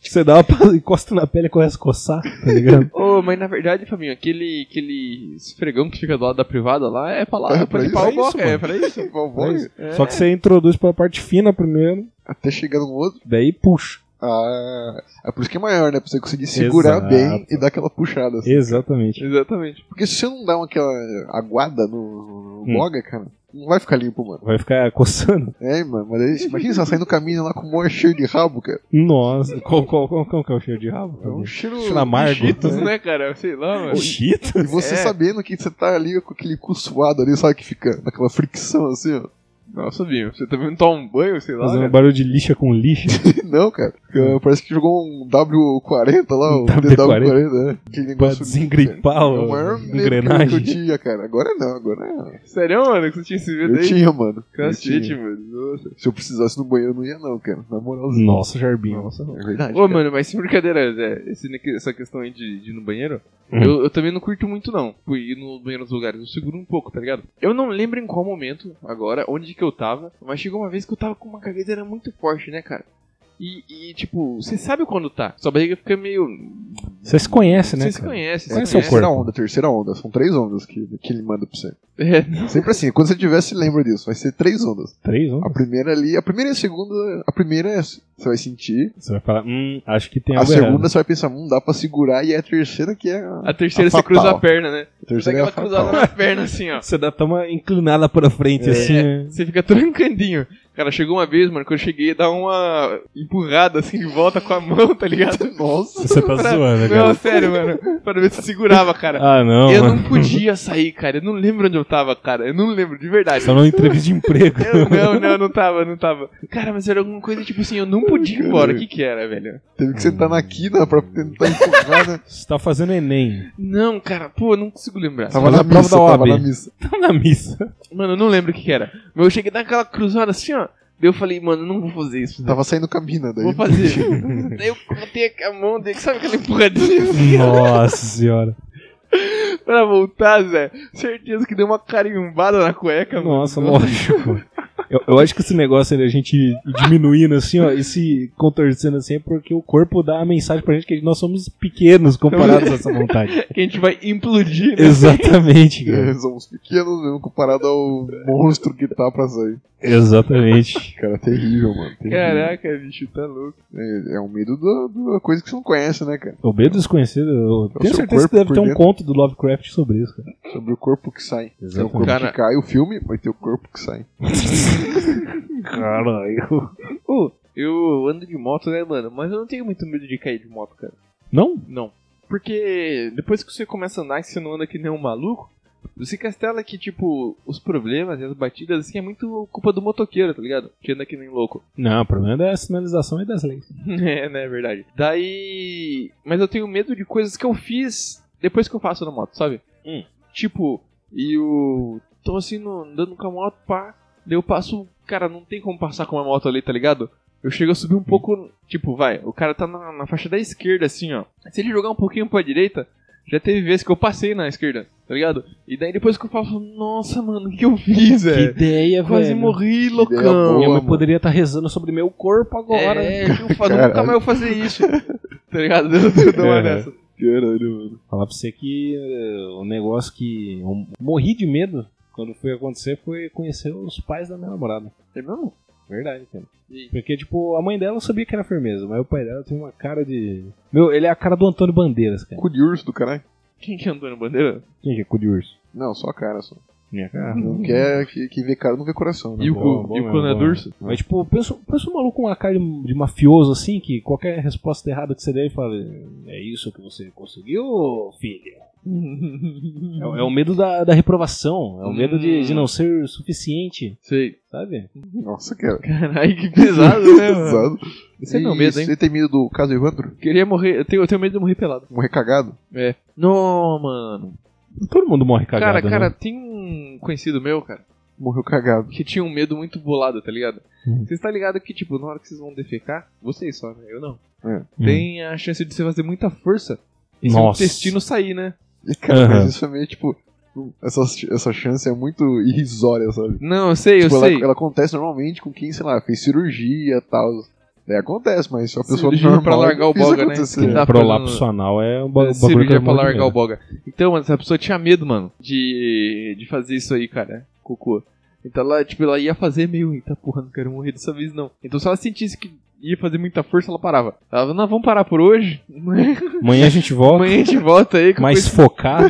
[SPEAKER 6] Você dá uma pa- encosta na pele e começa a coçar, tá ligado?
[SPEAKER 2] Ô, mas na verdade, Fabinho, aquele, aquele esfregão que fica do lado da privada lá é pra lá,
[SPEAKER 5] É
[SPEAKER 2] é pra
[SPEAKER 5] pra
[SPEAKER 2] limpar o
[SPEAKER 5] isso,
[SPEAKER 2] boca,
[SPEAKER 6] mano.
[SPEAKER 2] é pra isso.
[SPEAKER 5] Vovó,
[SPEAKER 2] É.
[SPEAKER 6] Só que você introduz pela parte fina primeiro,
[SPEAKER 5] até chegando no outro.
[SPEAKER 6] daí puxa.
[SPEAKER 5] Ah, é por isso que é maior, né? Pra você conseguir segurar
[SPEAKER 6] Exato.
[SPEAKER 5] bem e dar aquela puxada. assim.
[SPEAKER 6] Exatamente.
[SPEAKER 2] É, Exatamente.
[SPEAKER 5] Porque se você não dá uma, aquela aguada no, no
[SPEAKER 6] Hum.
[SPEAKER 5] boga, cara, não vai ficar limpo, mano.
[SPEAKER 6] Vai ficar coçando.
[SPEAKER 5] É, mano, mas aí, imagina você saindo do caminho lá com o maior cheiro de rabo, cara.
[SPEAKER 6] Nossa, qual, qual, qual, qual que é o cheiro de rabo?
[SPEAKER 5] É um cheiro.
[SPEAKER 6] Cheiro amargo.
[SPEAKER 2] Cheetos, né, cara? Sei lá, mano.
[SPEAKER 6] O Cheetos?
[SPEAKER 5] E você
[SPEAKER 2] É.
[SPEAKER 5] sabendo que você tá ali com aquele cu suado ali, sabe que fica naquela fricção assim, ó.
[SPEAKER 2] Nossa, Fabinho, você também não toma um banho, sei lá,
[SPEAKER 6] Fazendo
[SPEAKER 2] cara?
[SPEAKER 6] barulho de lixa com lixa.
[SPEAKER 5] Não, cara. Fica- Parece que jogou um W40 lá, um
[SPEAKER 6] W40,
[SPEAKER 5] DW40, né? Aquele
[SPEAKER 6] Pra
[SPEAKER 5] negócio.
[SPEAKER 6] desengripar
[SPEAKER 5] É o
[SPEAKER 6] o
[SPEAKER 5] maior medo que eu- que eu
[SPEAKER 6] engrenagem.
[SPEAKER 5] tinha, cara. Agora não, agora.
[SPEAKER 2] Sério, mano, que você tinha esse medo
[SPEAKER 5] Eu
[SPEAKER 2] aí?
[SPEAKER 5] tinha, mano. Eu
[SPEAKER 2] Cacete,
[SPEAKER 5] tinha.
[SPEAKER 2] mano. Nossa.
[SPEAKER 5] Se eu precisasse no banheiro, eu não ia, não, cara. Na moralzinha.
[SPEAKER 6] Nossa, Jarbinho. Nossa,
[SPEAKER 5] É verdade.
[SPEAKER 2] Ô,
[SPEAKER 5] cara.
[SPEAKER 2] mano, mas sem brincadeira, Zé, esse- essa questão aí de, de ir no banheiro,
[SPEAKER 5] Uhum.
[SPEAKER 6] Hum.
[SPEAKER 2] eu, eu também não curto muito, não. Fui ir no banheiro dos lugares, eu seguro um pouco, tá ligado? Eu não lembro em qual momento, agora, onde que eu tava, mas chegou uma vez que eu tava com uma cagadeira muito forte, né, cara? E, e, tipo, você sabe quando tá. Sua barriga fica meio.
[SPEAKER 6] Você se conhece, né?
[SPEAKER 2] Você se
[SPEAKER 6] cara?
[SPEAKER 2] conhece, você
[SPEAKER 5] É a
[SPEAKER 6] Conhece seu
[SPEAKER 2] conhece.
[SPEAKER 5] terceira
[SPEAKER 6] corpo.
[SPEAKER 5] onda, terceira onda. São três ondas que, que ele manda pra você.
[SPEAKER 2] É,
[SPEAKER 5] Sempre assim, quando você tiver, se lembra disso. Vai ser três ondas.
[SPEAKER 6] Três,
[SPEAKER 5] A
[SPEAKER 6] não?
[SPEAKER 5] primeira ali, a primeira e a segunda, a primeira é- você vai sentir.
[SPEAKER 6] Você vai falar, hum, acho que tem
[SPEAKER 5] A
[SPEAKER 6] algo
[SPEAKER 5] segunda
[SPEAKER 6] errado.
[SPEAKER 5] você vai pensar, hum, dá pra segurar. E é a terceira que é a,
[SPEAKER 2] a terceira
[SPEAKER 5] A
[SPEAKER 2] você
[SPEAKER 5] fatal.
[SPEAKER 2] cruza a perna, né? Você
[SPEAKER 5] a
[SPEAKER 2] dá
[SPEAKER 5] terceira é a
[SPEAKER 2] aquela cruzada
[SPEAKER 5] fatal.
[SPEAKER 2] na perna assim, ó.
[SPEAKER 6] Você dá até uma inclinada pra frente, assim. né?
[SPEAKER 2] Você fica trancandinho. Cara, chegou uma vez, mano, que eu cheguei a dar uma empurrada assim de volta com a mão, tá ligado?
[SPEAKER 5] Nossa.
[SPEAKER 6] Você tá
[SPEAKER 2] Pra-
[SPEAKER 6] zoando,
[SPEAKER 2] Não,
[SPEAKER 6] cara.
[SPEAKER 2] sério, mano. Pra ver se segurava, cara.
[SPEAKER 6] Ah, não.
[SPEAKER 2] eu
[SPEAKER 6] mano.
[SPEAKER 2] não podia sair, cara. Eu não lembro onde eu tava, cara. Eu não lembro, de verdade.
[SPEAKER 6] Tá numa entrevista de emprego.
[SPEAKER 2] Eu não, não, não tava, não tava. Cara, mas era alguma coisa tipo assim, eu não podia ir embora. O que que era, velho?
[SPEAKER 5] Teve que sentar na quina pra tentar empurrar, né?
[SPEAKER 6] Você tá fazendo Enem.
[SPEAKER 2] Não, cara, pô, eu não consigo lembrar.
[SPEAKER 5] Tava
[SPEAKER 6] Fazer
[SPEAKER 5] na
[SPEAKER 6] a prova
[SPEAKER 5] missa,
[SPEAKER 6] da OAB.
[SPEAKER 5] tava na missa.
[SPEAKER 6] Tá na missa.
[SPEAKER 2] Mano, eu não lembro o que que era. Mas eu cheguei a dar aquela cruzada assim, ó. Daí eu falei, mano, eu não vou fazer isso.
[SPEAKER 5] Tava saindo caminho daí.
[SPEAKER 2] Vou fazer. Daí eu botei a mão dele, sabe aquela empurradinha assim, ó,
[SPEAKER 6] Nossa senhora.
[SPEAKER 2] pra voltar, Zé? Certeza que deu uma carimbada na cueca, mano.
[SPEAKER 6] Nossa, lógico. Eu, eu acho que esse negócio de a gente ir diminuindo assim, ó, e se contorcendo assim, é porque o corpo dá a mensagem pra gente que nós somos pequenos comparados a essa vontade.
[SPEAKER 2] Que a gente vai implodir, né?
[SPEAKER 6] Exatamente, cara.
[SPEAKER 5] É, somos pequenos mesmo comparado ao monstro que tá pra sair.
[SPEAKER 6] Exatamente.
[SPEAKER 5] Cara, é terrível, mano. terrível.
[SPEAKER 2] Caraca, bicho, tá louco.
[SPEAKER 5] É, é um medo da, da coisa que você não conhece, né, cara?
[SPEAKER 6] O medo desconhecido, eu tenho
[SPEAKER 5] É seu
[SPEAKER 6] certeza que
[SPEAKER 5] corpo
[SPEAKER 6] deve
[SPEAKER 5] por
[SPEAKER 6] ter um
[SPEAKER 5] dentro.
[SPEAKER 6] conto do Lovecraft sobre isso, cara.
[SPEAKER 5] Sobre o corpo que sai. Tem o
[SPEAKER 6] Exatamente.
[SPEAKER 5] corpo
[SPEAKER 2] Cara-
[SPEAKER 5] que cai, o filme, vai ter o corpo que sai.
[SPEAKER 6] Caralho.
[SPEAKER 2] Eu ando de moto, né, mano? Mas eu não tenho muito medo de cair de moto, cara.
[SPEAKER 6] Não?
[SPEAKER 2] Não. Porque depois que você começa a andar e você não anda que nem um maluco, você castela que, tipo, os problemas e as batidas, assim, é muito culpa do motoqueiro, tá ligado? Que anda que nem louco.
[SPEAKER 6] Não, o problema é da sinalização e das leis.
[SPEAKER 2] É, né, é verdade. Daí. Mas eu tenho medo de coisas que eu fiz depois que eu faço na moto, sabe?
[SPEAKER 6] Hum.
[SPEAKER 2] Tipo, e eu tô assim, no- andando com a moto, pá. Daí eu passo. Cara, não tem como passar com uma moto ali, tá ligado? Eu chego a subir um pouco. Tipo, vai, o cara tá na, na faixa da esquerda, assim, ó. Se ele jogar um pouquinho pra direita, já teve vezes que eu passei na esquerda, tá ligado? E daí depois que eu falo, nossa, mano, o que eu fiz, velho?
[SPEAKER 6] ideia,
[SPEAKER 2] Quase morri, loucão.
[SPEAKER 5] boa,
[SPEAKER 6] Minha mãe
[SPEAKER 5] É. mano.
[SPEAKER 6] poderia estar rezando sobre meu corpo agora.
[SPEAKER 2] É, eu falo,
[SPEAKER 5] Caralho.
[SPEAKER 2] nunca mais vou fazer isso. tá ligado? Eu dou uma
[SPEAKER 6] É.
[SPEAKER 2] dessa.
[SPEAKER 5] Caralho, mano.
[SPEAKER 6] Falar pra você que eh, o negócio que eu morri de medo quando foi acontecer foi conhecer os pais da minha namorada.
[SPEAKER 2] É mesmo?
[SPEAKER 6] Verdade, cara.
[SPEAKER 2] E-
[SPEAKER 6] Porque, tipo, a mãe dela eu sabia que era firmeza, mas o pai dela tem uma cara de. Meu, ele é a cara do Antônio Bandeiras, cara.
[SPEAKER 5] Cu de urso do caralho.
[SPEAKER 2] Quem que é Antônio Bandeira?
[SPEAKER 6] Quem que é cu de urso?
[SPEAKER 5] Não, só a cara, só.
[SPEAKER 6] Minha cara.
[SPEAKER 2] Uhum.
[SPEAKER 5] Não quer que, que vê cara, não vê coração, né?
[SPEAKER 2] Hum. E o
[SPEAKER 6] boa,
[SPEAKER 2] cu-
[SPEAKER 6] boa
[SPEAKER 2] e o
[SPEAKER 6] mesmo,
[SPEAKER 2] cu não é
[SPEAKER 6] boa.
[SPEAKER 2] Durso?
[SPEAKER 6] Mas, tipo, pensa, pensa um maluco com uma cara de, de mafioso assim, que qualquer resposta errada que você der, ele fala: É isso que você conseguiu, filho?
[SPEAKER 2] Uhum.
[SPEAKER 6] É, o- é o medo da, da reprovação, é o medo de, de não ser o suficiente,
[SPEAKER 2] Sei.
[SPEAKER 6] sabe?
[SPEAKER 5] Nossa, cara.
[SPEAKER 2] Caralho, que pesado, né, mano?
[SPEAKER 5] Pesado.
[SPEAKER 2] Esse é meu
[SPEAKER 5] E
[SPEAKER 2] medo, hein?
[SPEAKER 5] Você tem medo do caso Evandro?
[SPEAKER 2] Queria morrer. Eu tenho, eu tenho medo de morrer pelado.
[SPEAKER 5] Um recagado?
[SPEAKER 2] É. Não, mano.
[SPEAKER 6] Todo mundo morre cagado,
[SPEAKER 2] cara, cara,
[SPEAKER 6] né?
[SPEAKER 2] tem um conhecido meu, cara,
[SPEAKER 5] Morreu cagado.
[SPEAKER 2] que tinha um medo muito bolado, tá ligado?
[SPEAKER 6] Hum.
[SPEAKER 2] Vocês tá ligado que, tipo, na hora que vocês vão defecar, vocês só, né? Eu não.
[SPEAKER 6] Hum.
[SPEAKER 2] Tem a chance de você fazer muita força e seu
[SPEAKER 6] Nossa.
[SPEAKER 2] intestino sair, né?
[SPEAKER 5] E, cara,
[SPEAKER 6] Aham.
[SPEAKER 5] mas isso é meio tipo. Essa, essa chance é muito irrisória, sabe?
[SPEAKER 2] Não, eu sei,
[SPEAKER 5] Tipo,
[SPEAKER 2] eu
[SPEAKER 5] ela,
[SPEAKER 2] sei.
[SPEAKER 5] ela acontece normalmente com quem, sei lá, fez cirurgia e tal. É, acontece, mas a pessoa
[SPEAKER 2] Cirurgia
[SPEAKER 5] normal
[SPEAKER 2] pra largar o
[SPEAKER 5] isso
[SPEAKER 2] boga, né?
[SPEAKER 5] acontecer.
[SPEAKER 2] Que dá pra-
[SPEAKER 6] É, Prolapso anal é um ba- bagulho que
[SPEAKER 2] cirurgia
[SPEAKER 6] eu
[SPEAKER 2] pra
[SPEAKER 6] morro de
[SPEAKER 2] largar
[SPEAKER 6] medo.
[SPEAKER 2] o boga. Então, mano, essa pessoa tinha medo, mano, de, de fazer isso aí, cara. Cocô. Então ela, tipo, ela ia fazer meio, eita porra, não quero morrer dessa vez não. Então se ela sentisse que ia fazer muita força, ela parava. Ela falava, não, vamos parar por hoje.
[SPEAKER 6] Amanhã a gente volta
[SPEAKER 2] Amanhã a gente volta aí. que
[SPEAKER 6] mais
[SPEAKER 2] coisa-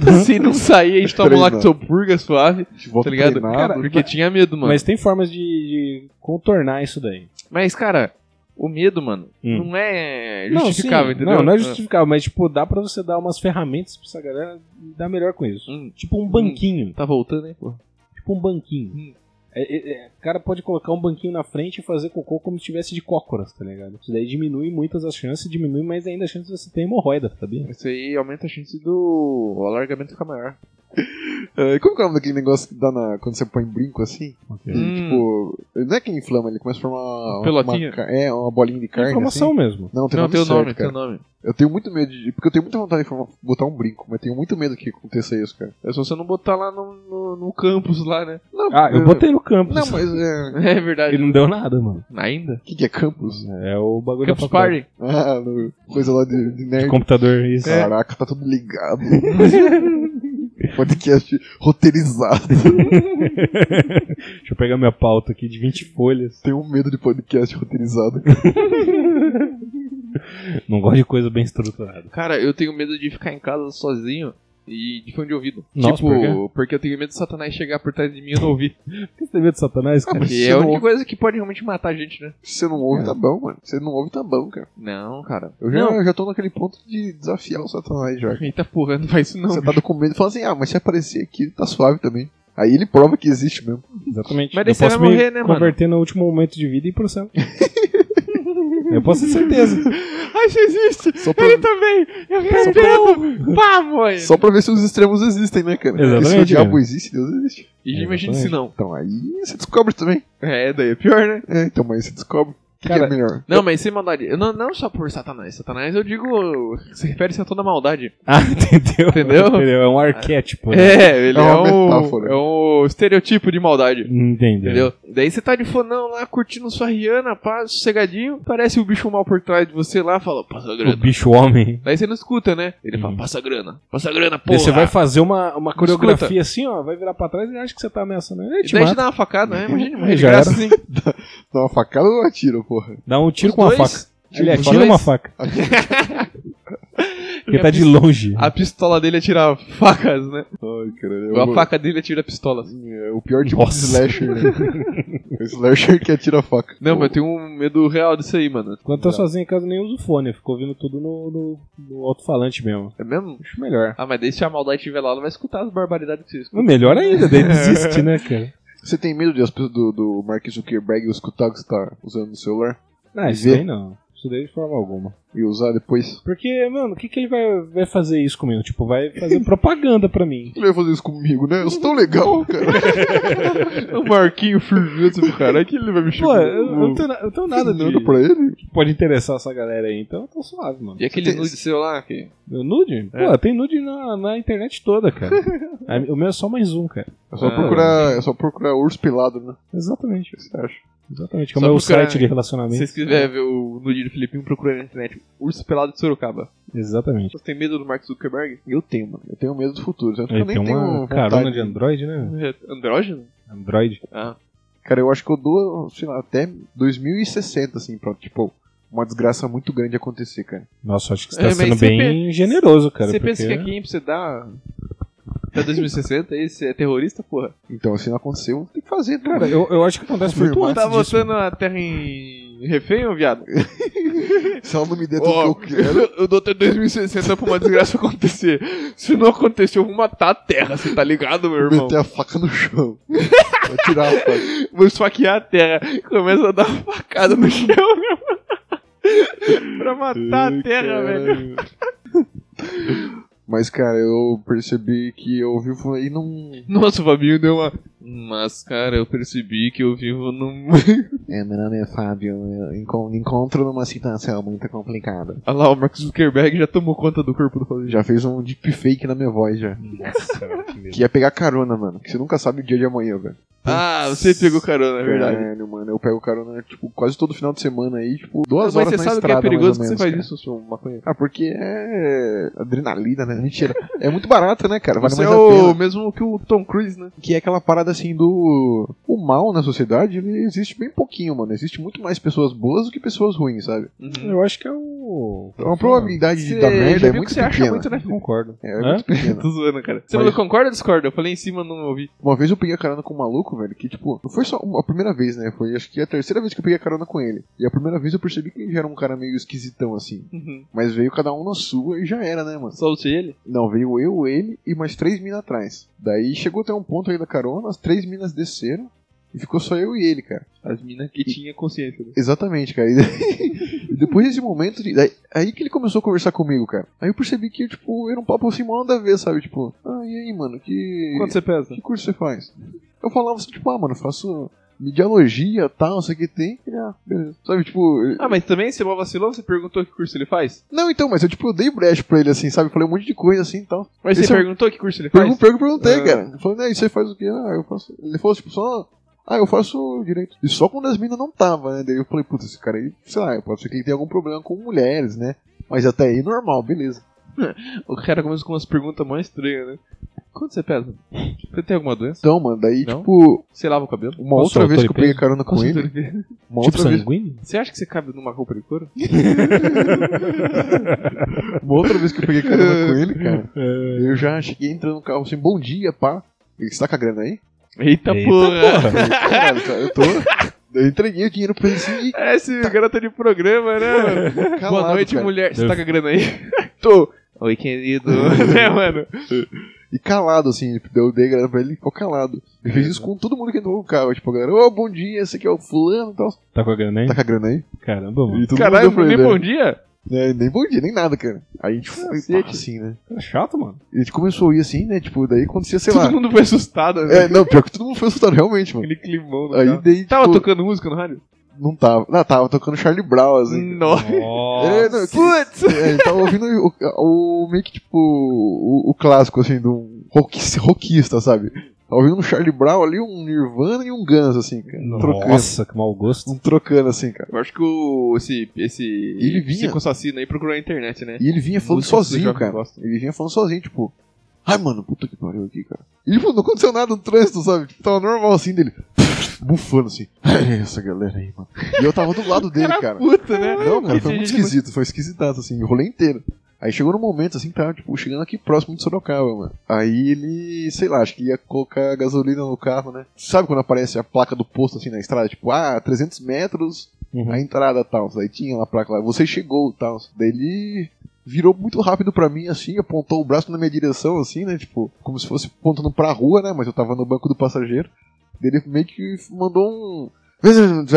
[SPEAKER 6] focado.
[SPEAKER 2] Se não sair, a gente toma um
[SPEAKER 5] Treina.
[SPEAKER 2] lactopurga suave,
[SPEAKER 5] A gente
[SPEAKER 2] tá
[SPEAKER 5] volta
[SPEAKER 2] ligado?
[SPEAKER 5] treinado.
[SPEAKER 2] Cara, porque tinha medo, mano. Mas,
[SPEAKER 6] Mas tem formas de, de contornar isso daí.
[SPEAKER 2] cara, o medo, mano,
[SPEAKER 6] Hum.
[SPEAKER 2] não é
[SPEAKER 6] Não,
[SPEAKER 2] justificável,
[SPEAKER 6] sim.
[SPEAKER 2] entendeu?
[SPEAKER 6] Não, não é
[SPEAKER 2] Ah.
[SPEAKER 6] justificável, mas tipo, dá pra você dar umas ferramentas pra essa galera dar melhor com isso.
[SPEAKER 2] Hum. Hum.
[SPEAKER 6] Tipo um banquinho.
[SPEAKER 2] Tá voltando, hein, pô.
[SPEAKER 6] Tipo um banquinho. É, é, é, o cara pode colocar um banquinho na frente e fazer cocô como se tivesse de cócoras, tá ligado? Isso daí diminui muitas as chances, diminui mais ainda a chance de você ter hemorroida, sabia? É
[SPEAKER 2] Isso aí aumenta a chance do o alargamento ficar maior.
[SPEAKER 5] É, como que é o nome daquele negócio que dá na, quando você põe brinco assim? Que,
[SPEAKER 2] Hum.
[SPEAKER 5] Tipo, não é que inflama, ele começa a formar uma.
[SPEAKER 2] Pelotinha.
[SPEAKER 5] uma ca- é, uma bolinha de carne.
[SPEAKER 6] Informação
[SPEAKER 5] assim.
[SPEAKER 6] mesmo.
[SPEAKER 5] Não, tem
[SPEAKER 2] Não,
[SPEAKER 5] nome
[SPEAKER 2] tem o
[SPEAKER 5] certo,
[SPEAKER 2] nome, tem
[SPEAKER 5] cara.
[SPEAKER 2] o nome.
[SPEAKER 5] Eu tenho muito medo de. Porque eu tenho muita vontade de formar- botar um brinco, mas tenho muito medo que aconteça isso, cara.
[SPEAKER 2] É só você não botar lá no, no, no campus lá, né?
[SPEAKER 5] Não, é,
[SPEAKER 6] Ah, eu botei no campus.
[SPEAKER 5] Não, mas é.
[SPEAKER 2] É verdade.
[SPEAKER 6] E não deu nada, mano.
[SPEAKER 2] Ainda?
[SPEAKER 5] O que, que é campus?
[SPEAKER 6] É o bagulho da
[SPEAKER 2] Campus
[SPEAKER 6] faculdade.
[SPEAKER 2] Party.
[SPEAKER 5] Ah, no- coisa lá de, de nerd.
[SPEAKER 6] De computador, isso.
[SPEAKER 2] É.
[SPEAKER 5] Caraca, tá tudo ligado. Podcast roteirizado.
[SPEAKER 6] Deixa eu pegar minha pauta aqui de 20 folhas.
[SPEAKER 5] Tenho medo de podcast roteirizado.
[SPEAKER 6] Não gosto de coisa bem estruturada.
[SPEAKER 2] Cara, eu tenho medo de ficar em casa sozinho e de fone de ouvido.
[SPEAKER 6] Nossa,
[SPEAKER 2] tipo,
[SPEAKER 6] por quê?
[SPEAKER 2] porque eu tenho medo de Satanás chegar por trás de mim e eu não ouvir.
[SPEAKER 6] Por que você tem medo de satanás, assim, cara?
[SPEAKER 5] mas
[SPEAKER 2] E
[SPEAKER 5] você
[SPEAKER 2] é a
[SPEAKER 5] não
[SPEAKER 2] única
[SPEAKER 5] ouve.
[SPEAKER 2] coisa que pode realmente matar a gente, né?
[SPEAKER 5] Se você não ouve, tá bom, mano. Se você não ouve, tá bom, cara.
[SPEAKER 2] Não, cara.
[SPEAKER 5] Eu já,
[SPEAKER 2] Não.
[SPEAKER 5] eu já tô naquele ponto de desafiar o Satanás já.
[SPEAKER 2] Eita porra, não faz isso não.
[SPEAKER 5] Você tá do com medo e fala assim: ah, mas se aparecer aqui, tá suave também. Aí ele prova que existe mesmo.
[SPEAKER 6] Exatamente.
[SPEAKER 2] Mas
[SPEAKER 6] eu
[SPEAKER 2] daí você
[SPEAKER 6] posso
[SPEAKER 2] vai
[SPEAKER 6] me
[SPEAKER 2] morrer, né, mano?
[SPEAKER 6] converter no último momento de vida e ir pro céu. eu posso ter certeza.
[SPEAKER 2] Ai, você existe!
[SPEAKER 5] Só pra,
[SPEAKER 2] também! Eu respeito! Vamos!
[SPEAKER 5] só pra ver se os extremos existem, né, cara? Porque Se o
[SPEAKER 6] Exatamente,
[SPEAKER 5] diabo
[SPEAKER 6] cara.
[SPEAKER 5] existe, Deus existe.
[SPEAKER 2] E imagina se não.
[SPEAKER 5] Então aí você descobre também.
[SPEAKER 2] É, daí é pior, né?
[SPEAKER 5] É, então, mas você descobre. O que, que
[SPEAKER 6] Cara,
[SPEAKER 5] é melhor?
[SPEAKER 2] Não, mas sem maldade. Eu Não, não só por Satanás. Satanás eu digo. Se refere-se a toda maldade.
[SPEAKER 6] Ah, entendeu?
[SPEAKER 2] Entendeu?
[SPEAKER 6] É um arquétipo. né?
[SPEAKER 2] É, ele
[SPEAKER 5] É
[SPEAKER 2] é,
[SPEAKER 5] uma
[SPEAKER 2] um,
[SPEAKER 5] metáfora.
[SPEAKER 2] é um estereotipo de
[SPEAKER 6] É.
[SPEAKER 2] maldade.
[SPEAKER 6] Entendeu?
[SPEAKER 2] Entendeu? Daí você tá de fonão lá, curtindo sua Rihanna, pá, sossegadinho. Parece o bicho mal por trás de você lá, fala, passa
[SPEAKER 6] O
[SPEAKER 2] grana.
[SPEAKER 6] bicho homem.
[SPEAKER 2] Daí você não escuta, né? Ele fala,
[SPEAKER 6] Uhum.
[SPEAKER 2] passa grana, passa grana, porra.
[SPEAKER 6] Daí Você vai fazer uma, uma
[SPEAKER 2] Escuta.
[SPEAKER 6] coreografia assim, ó. Vai virar pra trás e acha que você tá nessa, né? Ele
[SPEAKER 2] E
[SPEAKER 6] te
[SPEAKER 2] daí te
[SPEAKER 6] mata.
[SPEAKER 2] dá uma facada, né? Imagina,
[SPEAKER 6] Aí
[SPEAKER 2] morrer de
[SPEAKER 6] já
[SPEAKER 2] graça
[SPEAKER 6] era.
[SPEAKER 2] assim.
[SPEAKER 5] Dá uma facada ou atira, porra?
[SPEAKER 6] Dá um tiro
[SPEAKER 2] Os
[SPEAKER 6] com uma
[SPEAKER 2] dois.
[SPEAKER 6] faca. Ele
[SPEAKER 2] os
[SPEAKER 6] atira
[SPEAKER 2] dois.
[SPEAKER 6] uma faca. Porque
[SPEAKER 2] a
[SPEAKER 6] tá de
[SPEAKER 2] pis-
[SPEAKER 6] longe.
[SPEAKER 2] A pistola dele atira facas, né?
[SPEAKER 5] Ai, cara. eu
[SPEAKER 2] A
[SPEAKER 5] vou-
[SPEAKER 2] faca dele atira pistolas.
[SPEAKER 5] É o pior tipo de
[SPEAKER 6] Nossa.
[SPEAKER 5] slasher, né? o slasher que atira a faca.
[SPEAKER 2] Não, mas eu tenho um medo real disso aí, mano.
[SPEAKER 6] Quando eu tô sozinho em casa, eu nem uso fone. Eu fico ouvindo tudo no, no, no alto-falante mesmo.
[SPEAKER 2] É mesmo?
[SPEAKER 6] Acho melhor.
[SPEAKER 2] Ah, mas daí se a maldade estiver lá, ela vai escutar as barbaridades que você escuta.
[SPEAKER 6] Melhor ainda, daí desiste, né, cara?
[SPEAKER 5] Você tem medo de as pessoas do, do Mark Zuckerberg escutar que você tá usando no celular
[SPEAKER 6] Não, Ah, isso
[SPEAKER 5] Vê.
[SPEAKER 6] daí não. Isso daí de forma alguma.
[SPEAKER 5] e usar depois?
[SPEAKER 6] Porque, mano, o que, que ele vai, vai fazer isso comigo? Tipo, vai fazer propaganda pra mim.
[SPEAKER 5] Ele vai fazer isso comigo, né? Eu sou tão legal, cara.
[SPEAKER 6] É
[SPEAKER 2] O Marquinho firmeza do cara, que ele vai me
[SPEAKER 6] Pô,
[SPEAKER 2] chamar.
[SPEAKER 6] eu, eu não tenho, na- eu tenho nada Tipo, de,
[SPEAKER 5] Olhando pra ele.
[SPEAKER 6] que pode interessar essa galera aí, então eu tô suave, mano.
[SPEAKER 2] E aquele
[SPEAKER 5] Você tem-
[SPEAKER 2] nude seu lá, que...
[SPEAKER 6] Meu nude?
[SPEAKER 2] É.
[SPEAKER 6] Pô, tem nude na, na internet toda, cara. A- o meu é só mais um, cara.
[SPEAKER 5] É só,
[SPEAKER 2] Ah.
[SPEAKER 5] procurar, é só procurar urso pelado, né?
[SPEAKER 6] Exatamente.
[SPEAKER 5] O que você acha?
[SPEAKER 6] Exatamente.
[SPEAKER 2] Só
[SPEAKER 6] Como é o
[SPEAKER 2] procurar-
[SPEAKER 6] site de
[SPEAKER 2] Se
[SPEAKER 6] relacionamento.
[SPEAKER 2] vocês quiserem ver o nude do Filipinho, procura na internet. Urso Pelado de Sorocaba.
[SPEAKER 6] Exatamente.
[SPEAKER 2] Vocês têm medo do Mark Zuckerberg?
[SPEAKER 5] Eu tenho, mano. Eu tenho medo do futuro. tanto que
[SPEAKER 6] Ele
[SPEAKER 5] Eu
[SPEAKER 6] tem
[SPEAKER 5] nem
[SPEAKER 6] uma
[SPEAKER 5] tenho
[SPEAKER 6] carona
[SPEAKER 5] vontade.
[SPEAKER 6] de Android, né?
[SPEAKER 2] É Andrógeno?
[SPEAKER 6] Android.
[SPEAKER 2] Ah.
[SPEAKER 5] Cara, eu acho que eu dou, sei lá, até 2060, assim, pra, tipo, uma desgraça muito grande acontecer, cara.
[SPEAKER 6] Nossa, acho que você
[SPEAKER 2] É,
[SPEAKER 6] tá
[SPEAKER 2] mas
[SPEAKER 6] sendo
[SPEAKER 2] você
[SPEAKER 6] bem
[SPEAKER 2] pe-
[SPEAKER 6] generoso, cara.
[SPEAKER 2] você
[SPEAKER 6] porque...
[SPEAKER 2] pensa que aqui pra você dar... Até 2060, esse é terrorista, porra?
[SPEAKER 5] Então, se não aconteceu, tem que fazer,
[SPEAKER 6] Cara,
[SPEAKER 5] cara.
[SPEAKER 6] eu, eu acho que acontece muito
[SPEAKER 5] Confirmar.
[SPEAKER 6] antes
[SPEAKER 2] é tá
[SPEAKER 6] disso.
[SPEAKER 2] botando a terra em... refém, ô viado?
[SPEAKER 5] Se ela não me der tudo
[SPEAKER 2] Ó,
[SPEAKER 5] que eu quero.
[SPEAKER 2] eu, eu dou até 2060 pra uma desgraça acontecer. Se não acontecer, eu vou matar a terra, você tá ligado, meu irmão?
[SPEAKER 5] Meter a faca no chão. Vai tirar a faca.
[SPEAKER 2] Vou esfaquear a terra. Começa a dar uma facada no chão, meu irmão. Pra matar a terra, velho.
[SPEAKER 5] Mas, cara, eu percebi que eu ouvi e não.
[SPEAKER 2] Nossa, o Fabinho deu uma. Mas, cara, eu percebi que eu vivo num.
[SPEAKER 5] É, meu nome é Fábio. Eu enco- encontro numa situação muito complicada.
[SPEAKER 2] Olha lá, o Mark Zuckerberg já tomou conta do corpo do Fabinho.
[SPEAKER 5] Já fez um deepfake na minha voz já.
[SPEAKER 6] Nossa, velho, que medo.
[SPEAKER 5] Que ia pegar carona, mano. Que você nunca sabe o dia de amanhã, velho.
[SPEAKER 2] Ah, você pegou carona, é verdade.
[SPEAKER 5] Caralho, mano. Eu pego carona, tipo, quase todo final de semana aí, tipo, duas
[SPEAKER 2] Mas
[SPEAKER 5] horas
[SPEAKER 2] você
[SPEAKER 5] na
[SPEAKER 2] sabe
[SPEAKER 5] estrada,
[SPEAKER 2] que é perigoso que
[SPEAKER 5] mais
[SPEAKER 2] você
[SPEAKER 5] ou
[SPEAKER 2] faz
[SPEAKER 5] menos,
[SPEAKER 2] isso, seu maconheiro.
[SPEAKER 5] cara. Ah, porque é adrenalina, né? Mentira. É muito barato, né, cara? Vale
[SPEAKER 2] Você é
[SPEAKER 5] mais a pena.
[SPEAKER 2] o mesmo que o Tom Cruise, né?
[SPEAKER 5] que é aquela parada assim do o mal na sociedade, ele existe bem pouquinho, mano. Existe muito mais pessoas boas do que pessoas ruins, sabe?
[SPEAKER 2] Uhum.
[SPEAKER 6] Eu acho que é o.
[SPEAKER 5] Então a probabilidade de
[SPEAKER 2] Você-
[SPEAKER 5] dar merda é
[SPEAKER 2] já viu
[SPEAKER 5] muito
[SPEAKER 2] que você acha
[SPEAKER 5] pequena.
[SPEAKER 2] muito, né?
[SPEAKER 6] Concordo.
[SPEAKER 5] É,
[SPEAKER 6] Hã?
[SPEAKER 5] é muito pequena.
[SPEAKER 2] Tô zoando, cara. Você
[SPEAKER 5] Mas-
[SPEAKER 2] falou concorda ou discorda? Eu falei em cima, não ouvi.
[SPEAKER 5] Uma vez eu peguei a carona com um maluco, velho, que tipo, não foi só uma- a primeira vez, né? Foi acho que a terceira vez que eu peguei a carona com ele. E a primeira vez eu percebi que ele já era um cara meio esquisitão, assim.
[SPEAKER 2] Uhum.
[SPEAKER 5] Mas veio cada um na sua e já era, né, mano?
[SPEAKER 2] Solte ele.
[SPEAKER 5] Não, veio eu, ele e mais três minas atrás. Daí chegou até um ponto aí da carona, as três minas desceram e ficou só eu e ele, cara.
[SPEAKER 2] As minas que tinha consciência.
[SPEAKER 6] Tipo
[SPEAKER 2] né?
[SPEAKER 5] Exatamente, cara. E daí- depois desse momento, de- daí- aí que ele começou a conversar comigo, cara. Aí eu percebi que, tipo, era um papo assim, mó nada a ver, sabe? Tipo, ah, e aí, mano, que.
[SPEAKER 2] Quanto você pesa?
[SPEAKER 5] Que curso você faz? Eu falava assim, tipo, ah, mano, faço mediologia tal, não sei o que tem. Ele, ah, beleza. Sabe, tipo. ele-
[SPEAKER 2] Ah, mas também você mó vacilou, você perguntou que curso ele faz?
[SPEAKER 5] Não, então, mas eu, tipo, eu dei brecha pra ele, assim, sabe? Falei um monte de coisa assim e tal.
[SPEAKER 2] Mas
[SPEAKER 5] Esse
[SPEAKER 2] você
[SPEAKER 5] é o-
[SPEAKER 2] perguntou que curso ele faz?
[SPEAKER 5] Pergun pergun perguntei,
[SPEAKER 2] Ah.
[SPEAKER 5] cara. Falei, aí você faz o quê? Ah, eu faço. Ele falou, tipo, só. Ah, eu faço direito. E só quando as minas não tava, né? Daí eu falei, puta, esse cara aí, sei lá, pode ser que ele tenha algum problema com mulheres, né? Mas até aí normal, beleza.
[SPEAKER 2] O cara começa com umas perguntas mais estranhas, né? Quanto você pesa? Você tem alguma doença?
[SPEAKER 5] Então, mano, daí,
[SPEAKER 2] Não?
[SPEAKER 5] tipo,
[SPEAKER 2] Você lava o cabelo?
[SPEAKER 5] uma
[SPEAKER 6] Qual
[SPEAKER 5] outra
[SPEAKER 6] seu
[SPEAKER 5] vez que eu
[SPEAKER 6] autor e
[SPEAKER 5] peguei
[SPEAKER 6] peso?
[SPEAKER 5] carona com ele, uma
[SPEAKER 6] Tipo
[SPEAKER 5] outra, vez,
[SPEAKER 6] sanguíneo?
[SPEAKER 2] Você acha que você cabe numa roupa de couro?
[SPEAKER 5] uma outra vez que eu peguei carona com ele, cara, eu já cheguei entrando no carro assim, bom dia, pá. Ele está com a grana aí?
[SPEAKER 2] Eita,
[SPEAKER 6] Eita,
[SPEAKER 2] porra!
[SPEAKER 5] Caralho, cara, eu tô. Daí eu entreguei o dinheiro pra ele assim e
[SPEAKER 2] É Esse garota de programa, né, mano?
[SPEAKER 5] calado,
[SPEAKER 2] Boa noite,
[SPEAKER 5] cara.
[SPEAKER 2] mulher. Você
[SPEAKER 6] Eu-
[SPEAKER 2] tá com a grana aí? Tô. Oi, querido. né, mano?
[SPEAKER 5] E calado, assim, eu dei grana pra ele e ficou calado. Ele fez isso com todo mundo que entrou no carro. Tipo, a galera, ô, bom dia, esse aqui é o fulano e tal.
[SPEAKER 6] Tá com a grana aí?
[SPEAKER 5] Tá com a grana aí?
[SPEAKER 6] Caramba, mano.
[SPEAKER 5] E todo
[SPEAKER 2] Caralho,
[SPEAKER 5] mundo deu pra
[SPEAKER 2] nem
[SPEAKER 5] ele.
[SPEAKER 2] bom
[SPEAKER 5] né?
[SPEAKER 2] dia?
[SPEAKER 5] É, nem bom dia, nem nada, cara. Aí a gente foi
[SPEAKER 2] Cacete.
[SPEAKER 5] pá, assim, né?
[SPEAKER 6] Tá chato, mano.
[SPEAKER 5] E a gente começou a ir assim, né? Tipo, daí acontecia, sei
[SPEAKER 2] Todo
[SPEAKER 5] lá.
[SPEAKER 2] mundo foi assustado, né?
[SPEAKER 5] É, não, pior que todo mundo foi assustado, realmente, mano.
[SPEAKER 2] Aquele climão no
[SPEAKER 5] Aí
[SPEAKER 2] carro.
[SPEAKER 5] daí,
[SPEAKER 2] Tava
[SPEAKER 5] tipo,
[SPEAKER 2] tocando música no rádio?
[SPEAKER 5] não tava. Não, tava tocando Charlie Brown, assim.
[SPEAKER 2] Nossa.
[SPEAKER 5] É, não, que-
[SPEAKER 2] Putz!
[SPEAKER 5] É, ele tava ouvindo o, o- meio que tipo o, o clássico assim de um rockis- rockista, sabe? Tava ouvindo um Charlie Brown ali, um Nirvana e um Guns, assim, cara. Trocando.
[SPEAKER 6] Nossa, que mau gosto.
[SPEAKER 5] Um trocando assim, cara.
[SPEAKER 2] Eu acho que o, esse, esse
[SPEAKER 5] Ele vinha.
[SPEAKER 2] assassino aí procurou na internet, né?
[SPEAKER 5] E ele vinha falando
[SPEAKER 2] Música que
[SPEAKER 5] sozinho,
[SPEAKER 2] jovem
[SPEAKER 5] cara.
[SPEAKER 2] gosta.
[SPEAKER 5] Ele vinha falando sozinho, tipo. Ai, mano, puta que pariu aqui, cara. E tipo, não aconteceu nada no trânsito, sabe? Tipo, tava normal assim dele. Bufando assim. "Ai, Essa galera aí, mano. E eu tava do lado dele, cara.
[SPEAKER 2] Puta, né?
[SPEAKER 5] Não, cara, foi
[SPEAKER 2] Gente,
[SPEAKER 5] muito
[SPEAKER 2] gente,
[SPEAKER 5] esquisito, foi esquisitaço, assim, o rolê inteiro. Aí chegou num momento, assim, que tava, tipo, chegando aqui próximo de Sorocaba, mano. Aí ele, sei lá, acho que ia colocar gasolina no carro, né? Sabe quando aparece a placa do posto, assim, na estrada? Tipo, ah, 300 metros,
[SPEAKER 6] Uhum.
[SPEAKER 5] a entrada, tal. Daí tinha lá a placa lá, você chegou, tal. Daí ele virou muito rápido pra mim, assim, apontou o braço na minha direção, assim, né? Tipo, como se fosse apontando pra rua, né? Mas eu tava no banco do passageiro. Daí ele meio que mandou um...